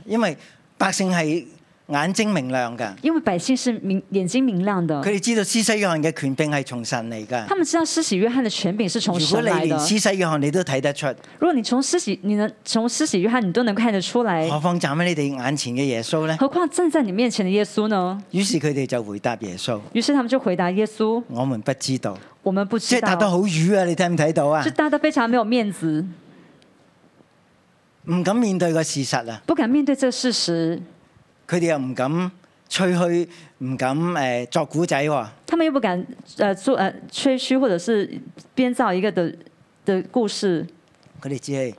Speaker 2: 因為百姓係眼睛明亮嘅，
Speaker 3: 因为百姓是明眼睛明亮的
Speaker 2: 佢，哋知道施洗約翰嘅權柄係從神嚟㗎。
Speaker 3: 他们知道施洗约翰的权柄是从
Speaker 2: 如果
Speaker 3: 神
Speaker 2: 你
Speaker 3: 来的
Speaker 2: 連。施洗約翰你都睇得出，
Speaker 3: 如果你从施洗，你能从施洗约翰，你都能看得出来
Speaker 2: 何，況站喺你哋眼前嘅耶穌呢？
Speaker 3: 何况站在你面前的耶稣呢？
Speaker 2: 於是佢哋就回答耶穌：
Speaker 3: 于是他们就回答耶稣
Speaker 2: 我們不知道，：“
Speaker 3: 我们不
Speaker 2: 即
Speaker 3: 知
Speaker 2: 係答得
Speaker 3: 道。
Speaker 2: 好瘀啊！你睇唔睇到”啊
Speaker 3: 就？大家非常没有面子，
Speaker 2: 唔敢面對個事實啊！
Speaker 3: 不敢面对这事实，
Speaker 2: 佢哋又唔敢吹噓，唔敢誒、呃作古仔喎。
Speaker 3: 他们又不敢呃做呃吹嘘或者是编造一个的的故事，
Speaker 2: 佢哋只係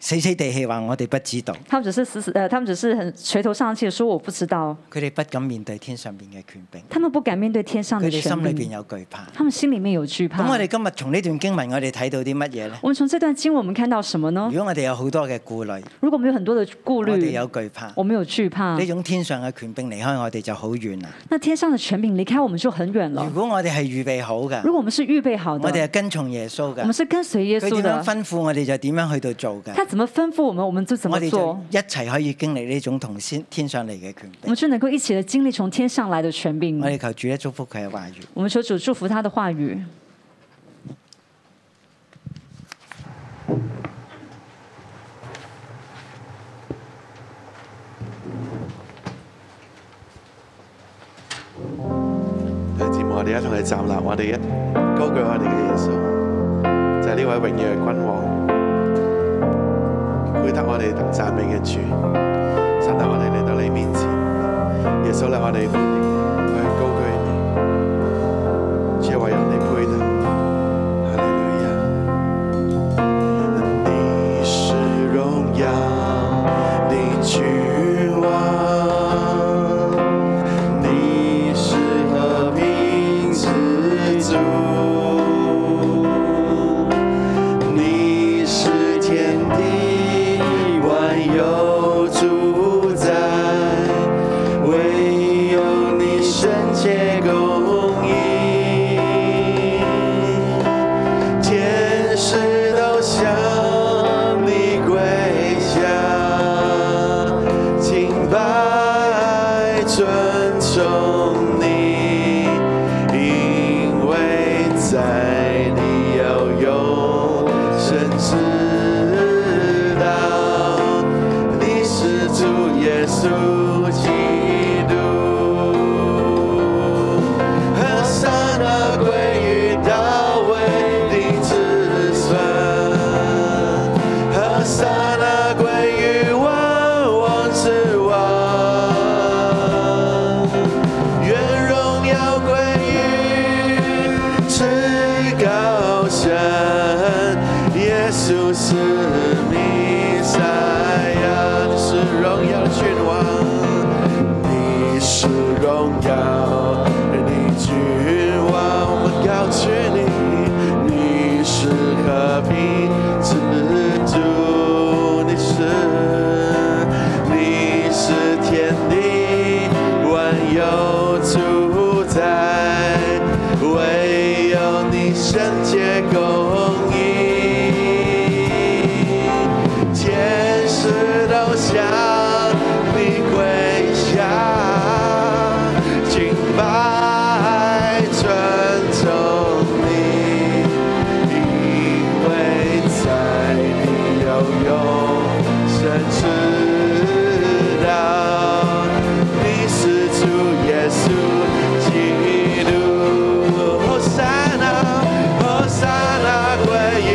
Speaker 2: 死死地氣話我哋不知道，
Speaker 3: 他们只是死死呃，他们只是很垂头丧气的说我不知道，
Speaker 2: 佢哋不敢面對天上邊嘅權柄，
Speaker 3: 他们不敢面对天上
Speaker 2: 佢
Speaker 3: 的
Speaker 2: 哋
Speaker 3: 权
Speaker 2: 心裏邊
Speaker 3: 柄，
Speaker 2: 有懼怕。
Speaker 3: 他们心里面有惧怕
Speaker 2: 咁。我哋今日從呢段經文，我哋睇到啲乜嘢呢？
Speaker 3: 我们从这段经文我们看到什么呢
Speaker 2: 如？果我哋有好多嘅顧慮，
Speaker 3: 如果我们有很多的顾
Speaker 2: 我哋
Speaker 3: 虑，
Speaker 2: 有懼怕，
Speaker 3: 我们有惧怕
Speaker 2: 呢，種天上嘅權柄離開我哋就好遠啦。
Speaker 3: 那天上的权柄离开我们就很远
Speaker 2: 如
Speaker 3: 了。
Speaker 2: 果我哋係預備好嘅，
Speaker 3: 如果我们是预备好
Speaker 2: 我哋係
Speaker 3: 的，
Speaker 2: 跟從耶穌
Speaker 3: 我们
Speaker 2: 嘅，
Speaker 3: 是跟随耶
Speaker 2: 佢
Speaker 3: 稣
Speaker 2: 點樣
Speaker 3: 的，
Speaker 2: 吩咐我哋就點樣去到做嘅，
Speaker 3: 他怎么吩咐我们，我们就怎
Speaker 2: 我
Speaker 3: 么
Speaker 2: 哋
Speaker 3: 做
Speaker 2: 就，一齊可以經歷呢種同先天上嚟嘅權
Speaker 3: 我
Speaker 2: 柄
Speaker 3: 们。就能够一起的经历从天上来的权柄
Speaker 2: 我。哋求主咧祝福佢嘅話語。
Speaker 3: 我们求主祝福他的话语。
Speaker 4: 弟兄姊妹，我哋一同去站立，我哋一高舉我哋嘅耶穌，就係呢位榮耀嘅君王，配得我哋得讚美嘅主。神啊，我哋嚟到你面前，耶穌咧，我哋歡迎你，我哋高舉你，主啊，唯有你配得。哈利路亞你是榮耀，你君王。你是和平之主，你是天地万有主宰，唯有你圣洁公义，天使都向你跪下，敬拜尊崇你，因为在你有永生之道，你是主耶稣基督。和善恶归于到位的子孙，和善恶归于万王之王，愿荣耀归于至高神，耶稣是弥赛亚，你是荣耀的君王。你是荣耀，你君王，我们高举你。你是和平之主，你是你是天地万有主宰，唯有你圣洁公义。天使都向你跪下，敬拜尊重你，因为在你有永生之道，你是主耶稣基督。Hosanna，Hosanna，归于。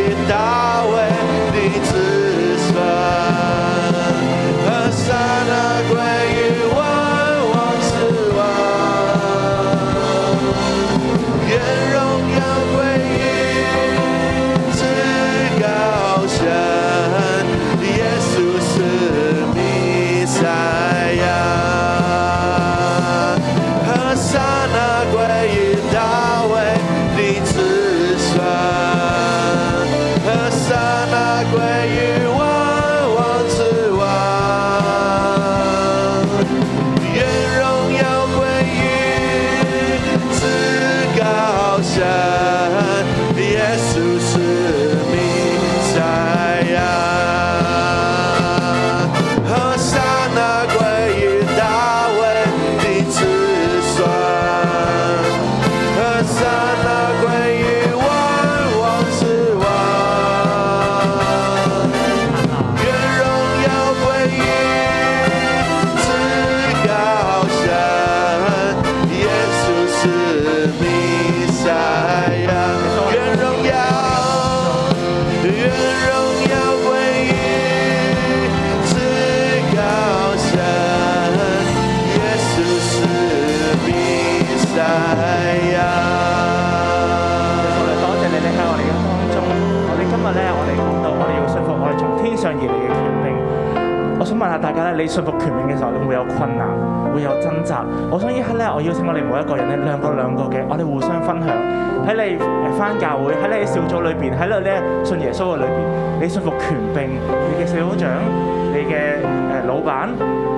Speaker 5: 上而嚟嘅權柄。我想問下大家咧，你信服權柄嘅時候，你會有困難，會有掙扎。我想呢刻咧，我邀請我哋每一個人咧，兩個兩個嘅，我哋互相分享。喺你誒翻教會，喺你小組裏邊，喺你咧信耶穌嘅裏邊，你信服權柄，你嘅小組長，你嘅誒老闆，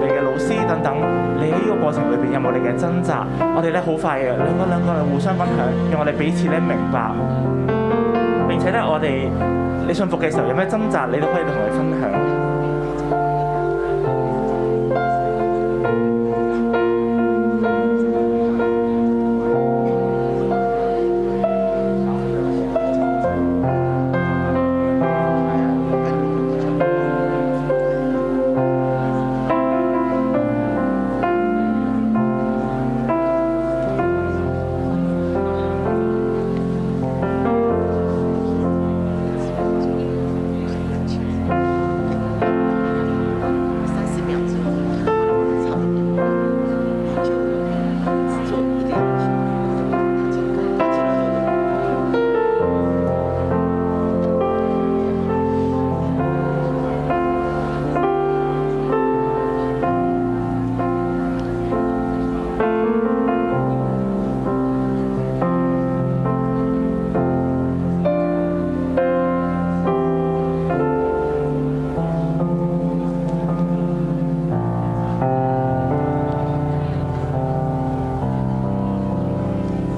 Speaker 5: 你嘅老師等等，你喺呢個過程裏邊有冇你嘅掙扎？我哋咧好快嘅，兩個兩個互相分享，讓我哋彼此咧明白。並且咧，我哋你信服嘅時候有咩掙扎，你都可以同我哋分享。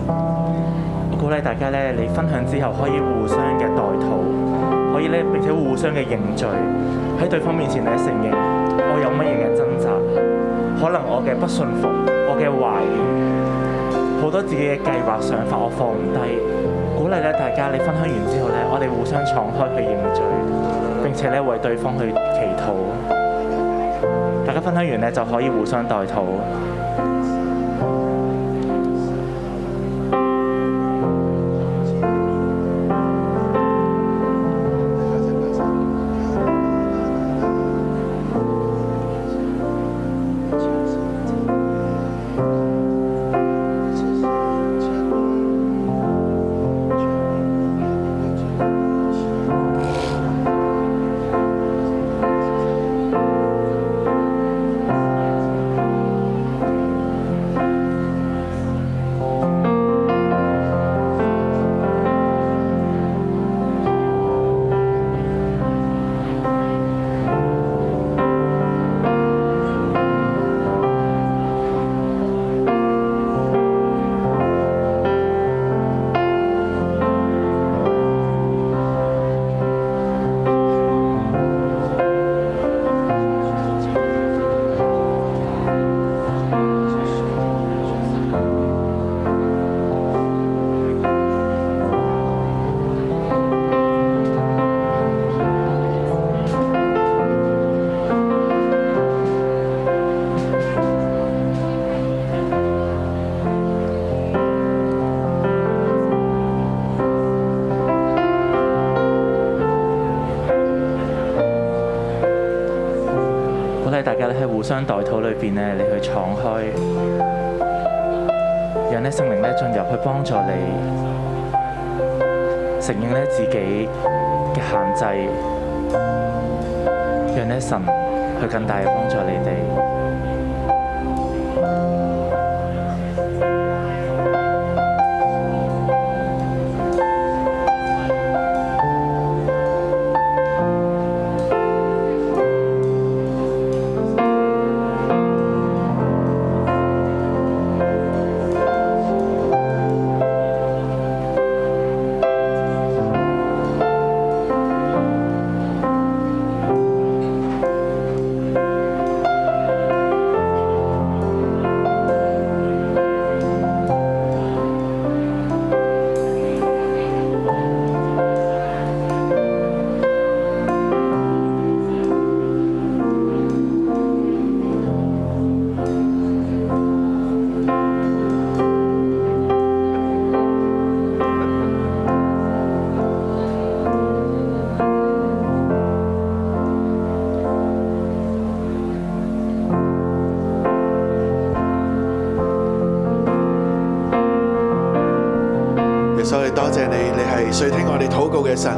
Speaker 5: 我鼓勵大家咧，你分享之後可以互相嘅代禱，可以咧並且互相嘅認罪，喺對方面前咧承認我有乜嘢嘅掙扎，可能我嘅不信服，我嘅懷疑，好多自己嘅計劃想法我放唔低。鼓勵咧大家，你分享完之後咧，我哋互相敞開去認罪，並且咧為對方去祈禱。大家分享完咧就可以互相代禱。鼓勵大家咧喺互相代禱裏邊咧，你去敞開，讓咧聖靈咧進入去幫助你，承認咧自己嘅限制，讓咧神去更大嘅幫助你哋。
Speaker 4: 你係垂聽我哋禱告嘅神。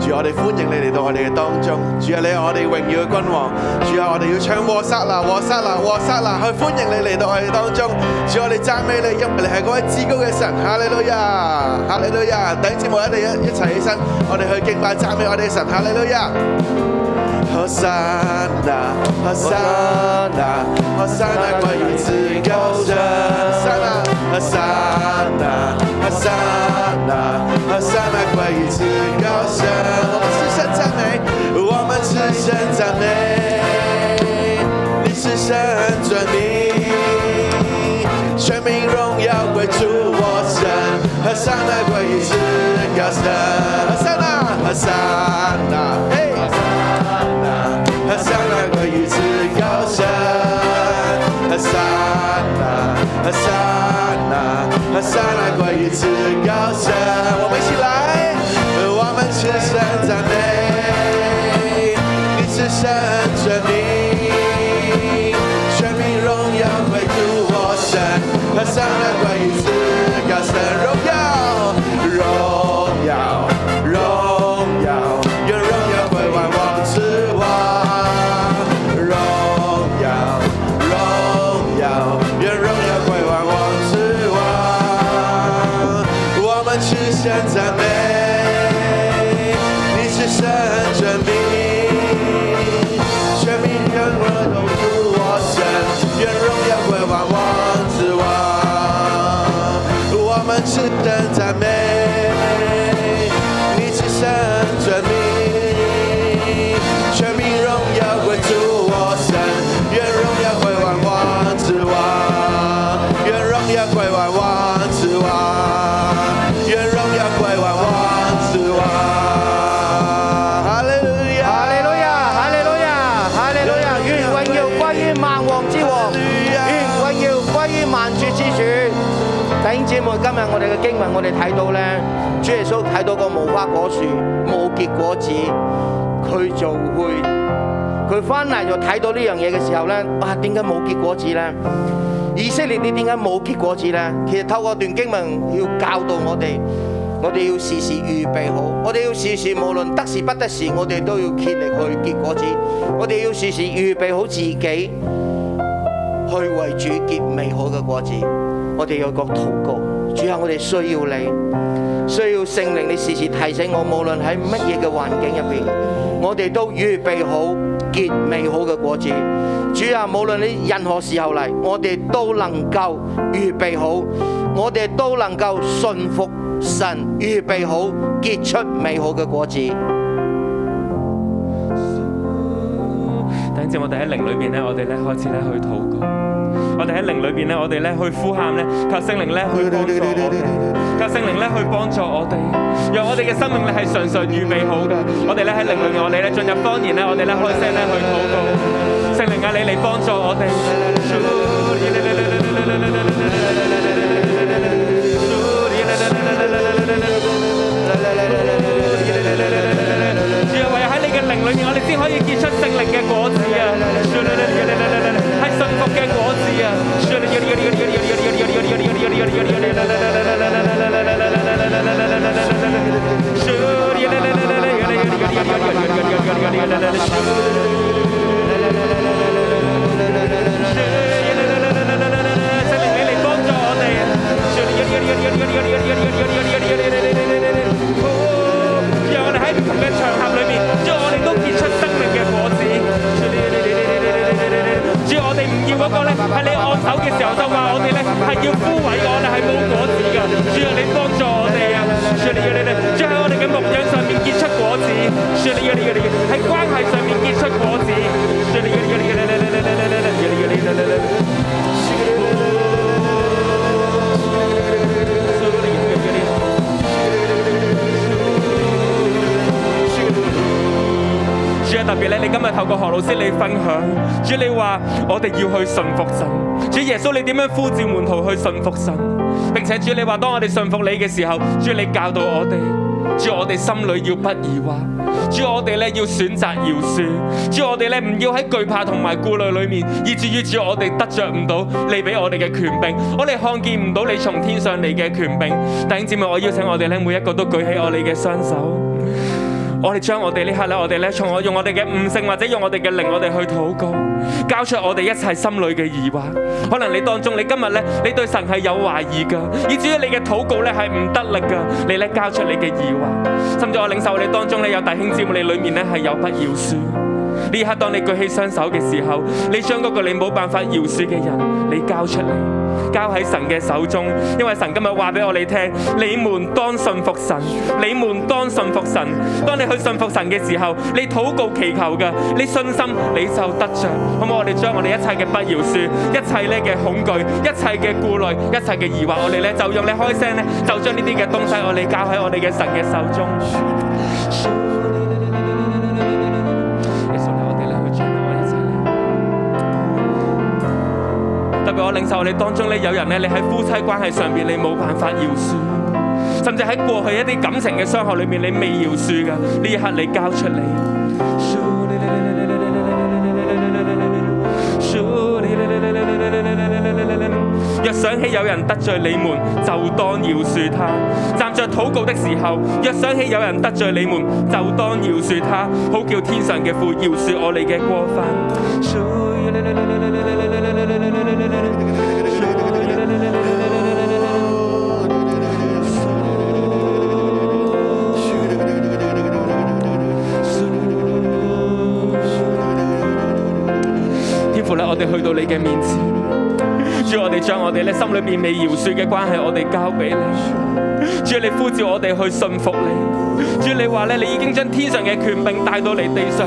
Speaker 4: 主，我哋歡迎你嚟到我哋嘅當中。主啊，你係我哋榮耀嘅君王。主啊，我哋要唱和撒那、和撒那、和撒那，去歡迎你嚟到我哋當中。主，我哋讚美你，因為你係嗰位至高嘅神。哈利路亞，哈利路亞！弟兄姊妹，我哋一一齊起身，我哋去敬拜讚美我哋嘅神。哈利路亞。Hosanna, Hosanna, Hosanna，關於至高神。Hosanna, Hosanna, Hosanna, Hosanna，關於至高神。我們是神讚美，我們是神讚美，你是神尊名，全民榮耀歸主我神。Hosanna，關於至高神。Hosanna, Hosanna，嘿。和上那關於至高神，和上那，和上那，和上那關於至高神。我們一起來，我們是神讚美，你是神尊名，全民榮耀歸主我神。和上那關於至高神，榮耀，榮耀。榮耀，願榮耀歸萬王之王。榮耀，榮耀，願榮耀歸萬王之王。我們是神讚美，你是神真名，全民全國都呼我神，願榮耀歸萬王之王。我們是神讚美。你是神尊名，全民榮耀歸主我神，願榮耀歸萬王之王，願榮耀歸萬王之王，願榮耀歸萬王之王。哈利路亞，
Speaker 6: 哈利路亞，哈利路亞，哈利路亞！願榮耀歸於萬王之王，願榮耀歸於萬主之主。弟兄姊妹，今日我哋嘅經文，我哋睇到呢，主耶穌睇到個無花果樹冇結果子，佢就會佢翻嚟就睇到呢樣嘢嘅時候呢，哇！點解冇結果子呢？以色列你點解冇結果子呢？其實透過段經文要教導我哋，我哋要時時預備好，我哋要時時無論得時不得時，我哋都要竭力去結果子，我哋要時時預備好自己，去為主結美好嘅果子。我哋有個禱告，主啊，我哋需要你。需要聖靈，你時時提醒我，無論喺乜嘢嘅環境入邊，我哋都預備好結美好嘅果子。主啊，無論你任何時候嚟，我哋都能夠預備好，我哋都能夠信服神，預備好結出美好嘅果子。
Speaker 7: 等陣，我哋喺靈裏邊咧，我哋咧開始咧去禱告。我哋喺靈裏邊咧，我哋咧去呼喊咧，求聖靈咧去幫助我哋，求聖靈咧去幫助我哋，讓我哋嘅生命咧係常常預備好嘅。我哋咧喺靈裏面，我哋咧進入方言咧，我哋咧開聲咧去禱告。聖靈啊，你嚟幫助我哋。主啊，唯有喺你嘅靈裏面，我哋先可以結出聖靈嘅果子啊！係信服嘅果子啊！聖靈你嚟幫助我哋啊！讓我哋喺唔同嘅場合裏面，主我哋都結出生命嘅果子。主我哋唔要嗰個咧，喺你按手嘅時候就話我哋咧係要枯萎，我哋係冇果子㗎。主啊，你幫助我哋啊！主喺我哋嘅牧養上面結出果子，喺關係上面結出果子。主啊，特別咧，你今日透過何老師你分享，主你話我哋要去信服神，主耶穌你點樣呼召門徒去信服神，並且主你話當我哋信服你嘅時候，主你教導我哋，主我哋心裏要不疑惑，主我哋咧要選擇饒恕，主我哋咧唔要喺懼怕同埋顧慮裏面，以至於主我哋得着唔到你俾我哋嘅權柄，我哋看見唔到你從天上嚟嘅權柄。弟兄姊妹，我邀請我哋咧每一個都舉起我哋嘅雙手。我哋將我哋呢刻咧，我哋咧從我用我哋嘅悟性或者用我哋嘅靈，我哋去禱告，交出我哋一切心裏嘅疑惑。可能你當中你今日咧，你對神係有懷疑噶，以至於你嘅禱告咧係唔得力噶，你咧交出你嘅疑惑。甚至我領受你當中咧有弟兄姊妹，你裏面咧係有不饒恕。呢刻當你舉起雙手嘅時候，你將嗰個你冇辦法饒恕嘅人，你交出嚟。交喺神嘅手中，因為神今日話俾我哋聽，你們當信服神，你們當信服神。當你去信服神嘅時候，你禱告祈求嘅，你信心你就得着。好唔好？我哋將我哋一切嘅不饒恕，一切咧嘅恐懼，一切嘅顧慮，一切嘅疑惑，我哋咧就用你開聲咧，就將呢啲嘅東西我哋交喺我哋嘅神嘅手中。其實咧，我哋咧去將我一切咧。特別我領受你當中咧，有人咧，你喺夫妻關係上邊你冇辦法饒恕，甚至喺過去一啲感情嘅傷害裏面你未饒恕嘅，呢一刻你交出嚟。若想起有人得罪你們，就當饒恕他；站着禱告的時候，若想起有人得罪你們，就當饒恕他，好叫天上嘅父饒恕我哋嘅過犯。天父咧，我哋去到你嘅面前，主我哋將我哋咧心裏面未饒恕嘅關係，我哋交俾你。主你呼召我哋去信服你。主你話咧，你已經將天上嘅權柄帶到嚟地上。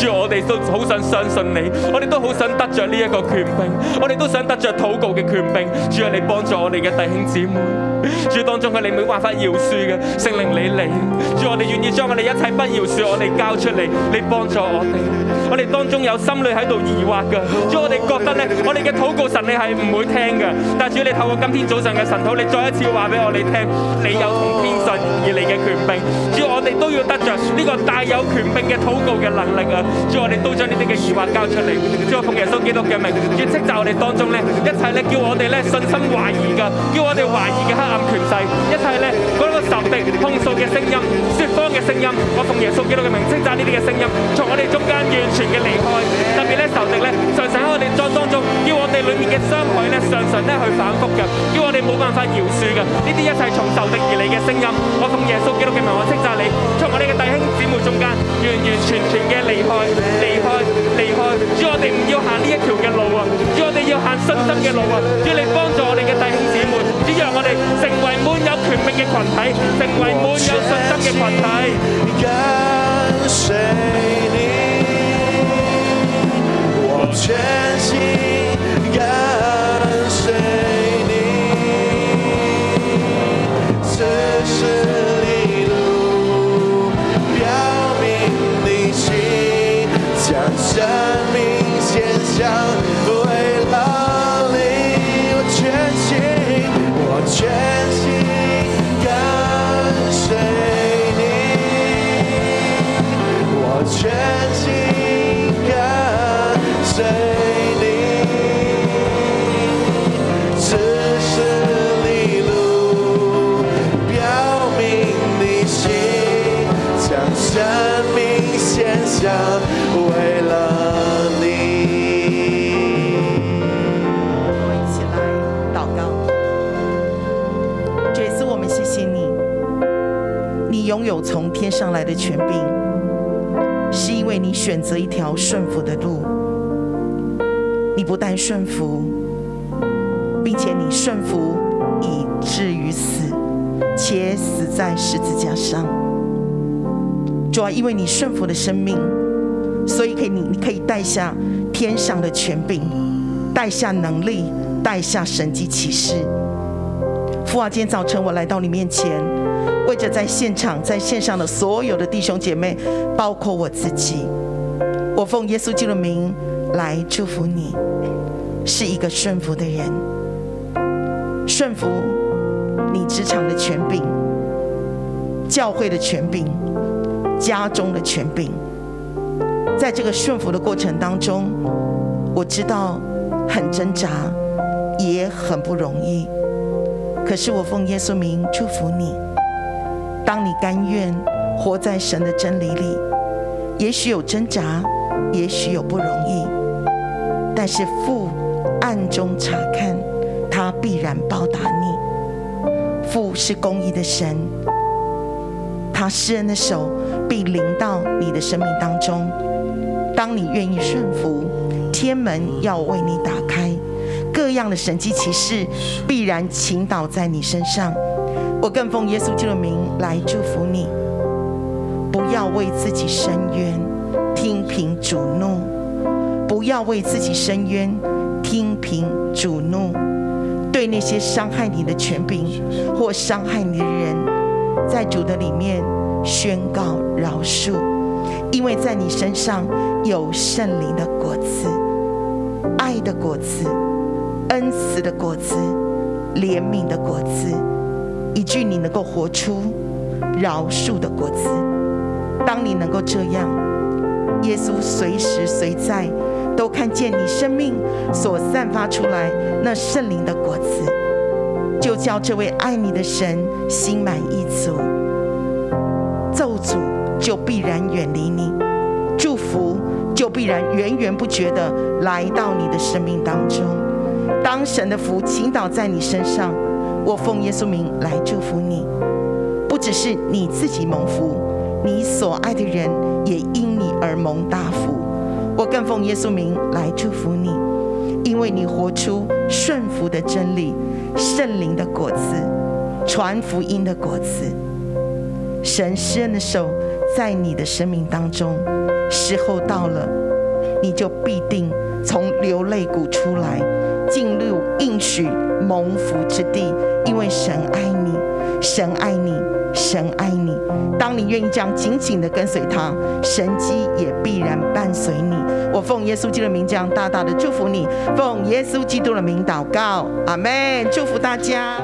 Speaker 7: 主我哋都好想相信你，我哋都好想得着呢一個權柄，我哋都想得着禱告嘅權柄。主啊，你幫助我哋嘅弟兄姊妹。主當中佢哋冇辦法饒恕嘅，聖靈你嚟。主我哋願意將我哋一切不饒恕，我哋交出嚟，你幫助我哋。我哋當中有心裏喺度疑惑嘅，主我哋覺得咧，我哋嘅禱告神哦你係唔會聽嘅，但主你透過今天早上嘅神禱，你再一次話俾我哋聽，你有從天上而嚟嘅權柄，主我哋都要得着呢個大有權柄嘅禱告嘅能力啊！主我哋都將呢啲嘅疑惑交出嚟，主我奉耶穌基督嘅名，主斥責我哋當中咧一切咧叫我哋咧信心懷疑嘅，叫我哋懷疑嘅黑暗權勢，一切咧嗰個仇敵控訴嘅聲音、説謊嘅聲音，我奉耶穌基督嘅名斥責呢啲嘅聲音，從我哋中間完全嘅離開，特別咧仇敵咧常常喺我哋當當中，叫我哋裏面嘅傷害咧常常咧去反覆嘅，叫我哋冇辦法饒恕嘅，呢啲一切從仇敵而嚟嘅聲音，我奉耶穌基督嘅名，我斥責你，從我哋嘅弟兄姊妹中間完完全全嘅離開，離開，離開，主我哋唔要行呢一條嘅路啊，主我哋要行信心嘅路啊，主你幫助我哋嘅弟兄姊妹，主讓我哋成為滿有權柄嘅群體，成為滿有信心嘅群體。
Speaker 4: 跟随你，我全心跟随你，此时你路，表明你心，将生命献上，为了你，我全心，我全心跟随你。我全心跟随你，此时你路，表明你心，将生命献上，为了你。
Speaker 8: 我们一起来祷告。主耶稣，我们谢谢你，你拥有从天上来的权柄，是因为你选择一条顺服的路。你不但顺服，并且你顺服以至于死，且死在十字架上。主啊，因为你顺服的生命，所以可以你你可以带下天上的权柄。带下能力，带下神迹启示。父啊，今天早晨我来到你面前，为着在现场、在线上的所有的弟兄姐妹，包括我自己，我奉耶稣基督的名来祝福你，是一个顺服的人，顺服你职场的权柄，教会的权柄、家中的权柄。在这个顺服的过程当中，我知道很挣扎，也很不容易。可是我奉耶稣名祝福你，当你甘愿活在神的真理里，也许有挣扎，也许有不容易，但是父暗中查看，他必然报答你。父是公义的神，他施恩的手必临到你的生命当中。当你愿意顺服，天门要为你打开，各样的神迹奇事必然倾倒在你身上。我更奉耶稣基督的名来祝福你，不要为自己伸冤，听凭主怒；不要为自己伸冤，听凭主怒。对那些伤害你的权柄或伤害你的人，在主的里面宣告饶恕，因为在你身上有圣灵的果子、爱的果子、恩慈的果子、怜悯的果子，以致你能够活出饶恕的果子。当你能够这样，耶稣随时随在都看见你生命所散发出来那圣灵的果子，就叫这位爱你的神心满意足，咒诅就必然远离你，祝福就必然源源不绝的来到你的生命当中。当神的福倾倒在你身上，我奉耶稣名来祝福你。不只是你自己蒙福，你所爱的人也因你而蒙大福。我更奉耶稣名来祝福你，因为你活出顺服的真理、圣灵的果子、传福音的果子。神施恩的手在你的生命当中，时候到了，你就必定从流泪谷出来，进入应许蒙福之地，因为神爱你，神爱你，神爱你。当你愿意这样紧紧的跟随他，神机也必然伴随你。我奉耶稣基督的名，这样大大的祝福你，奉耶稣基督的名祷告，阿门。祝福大家。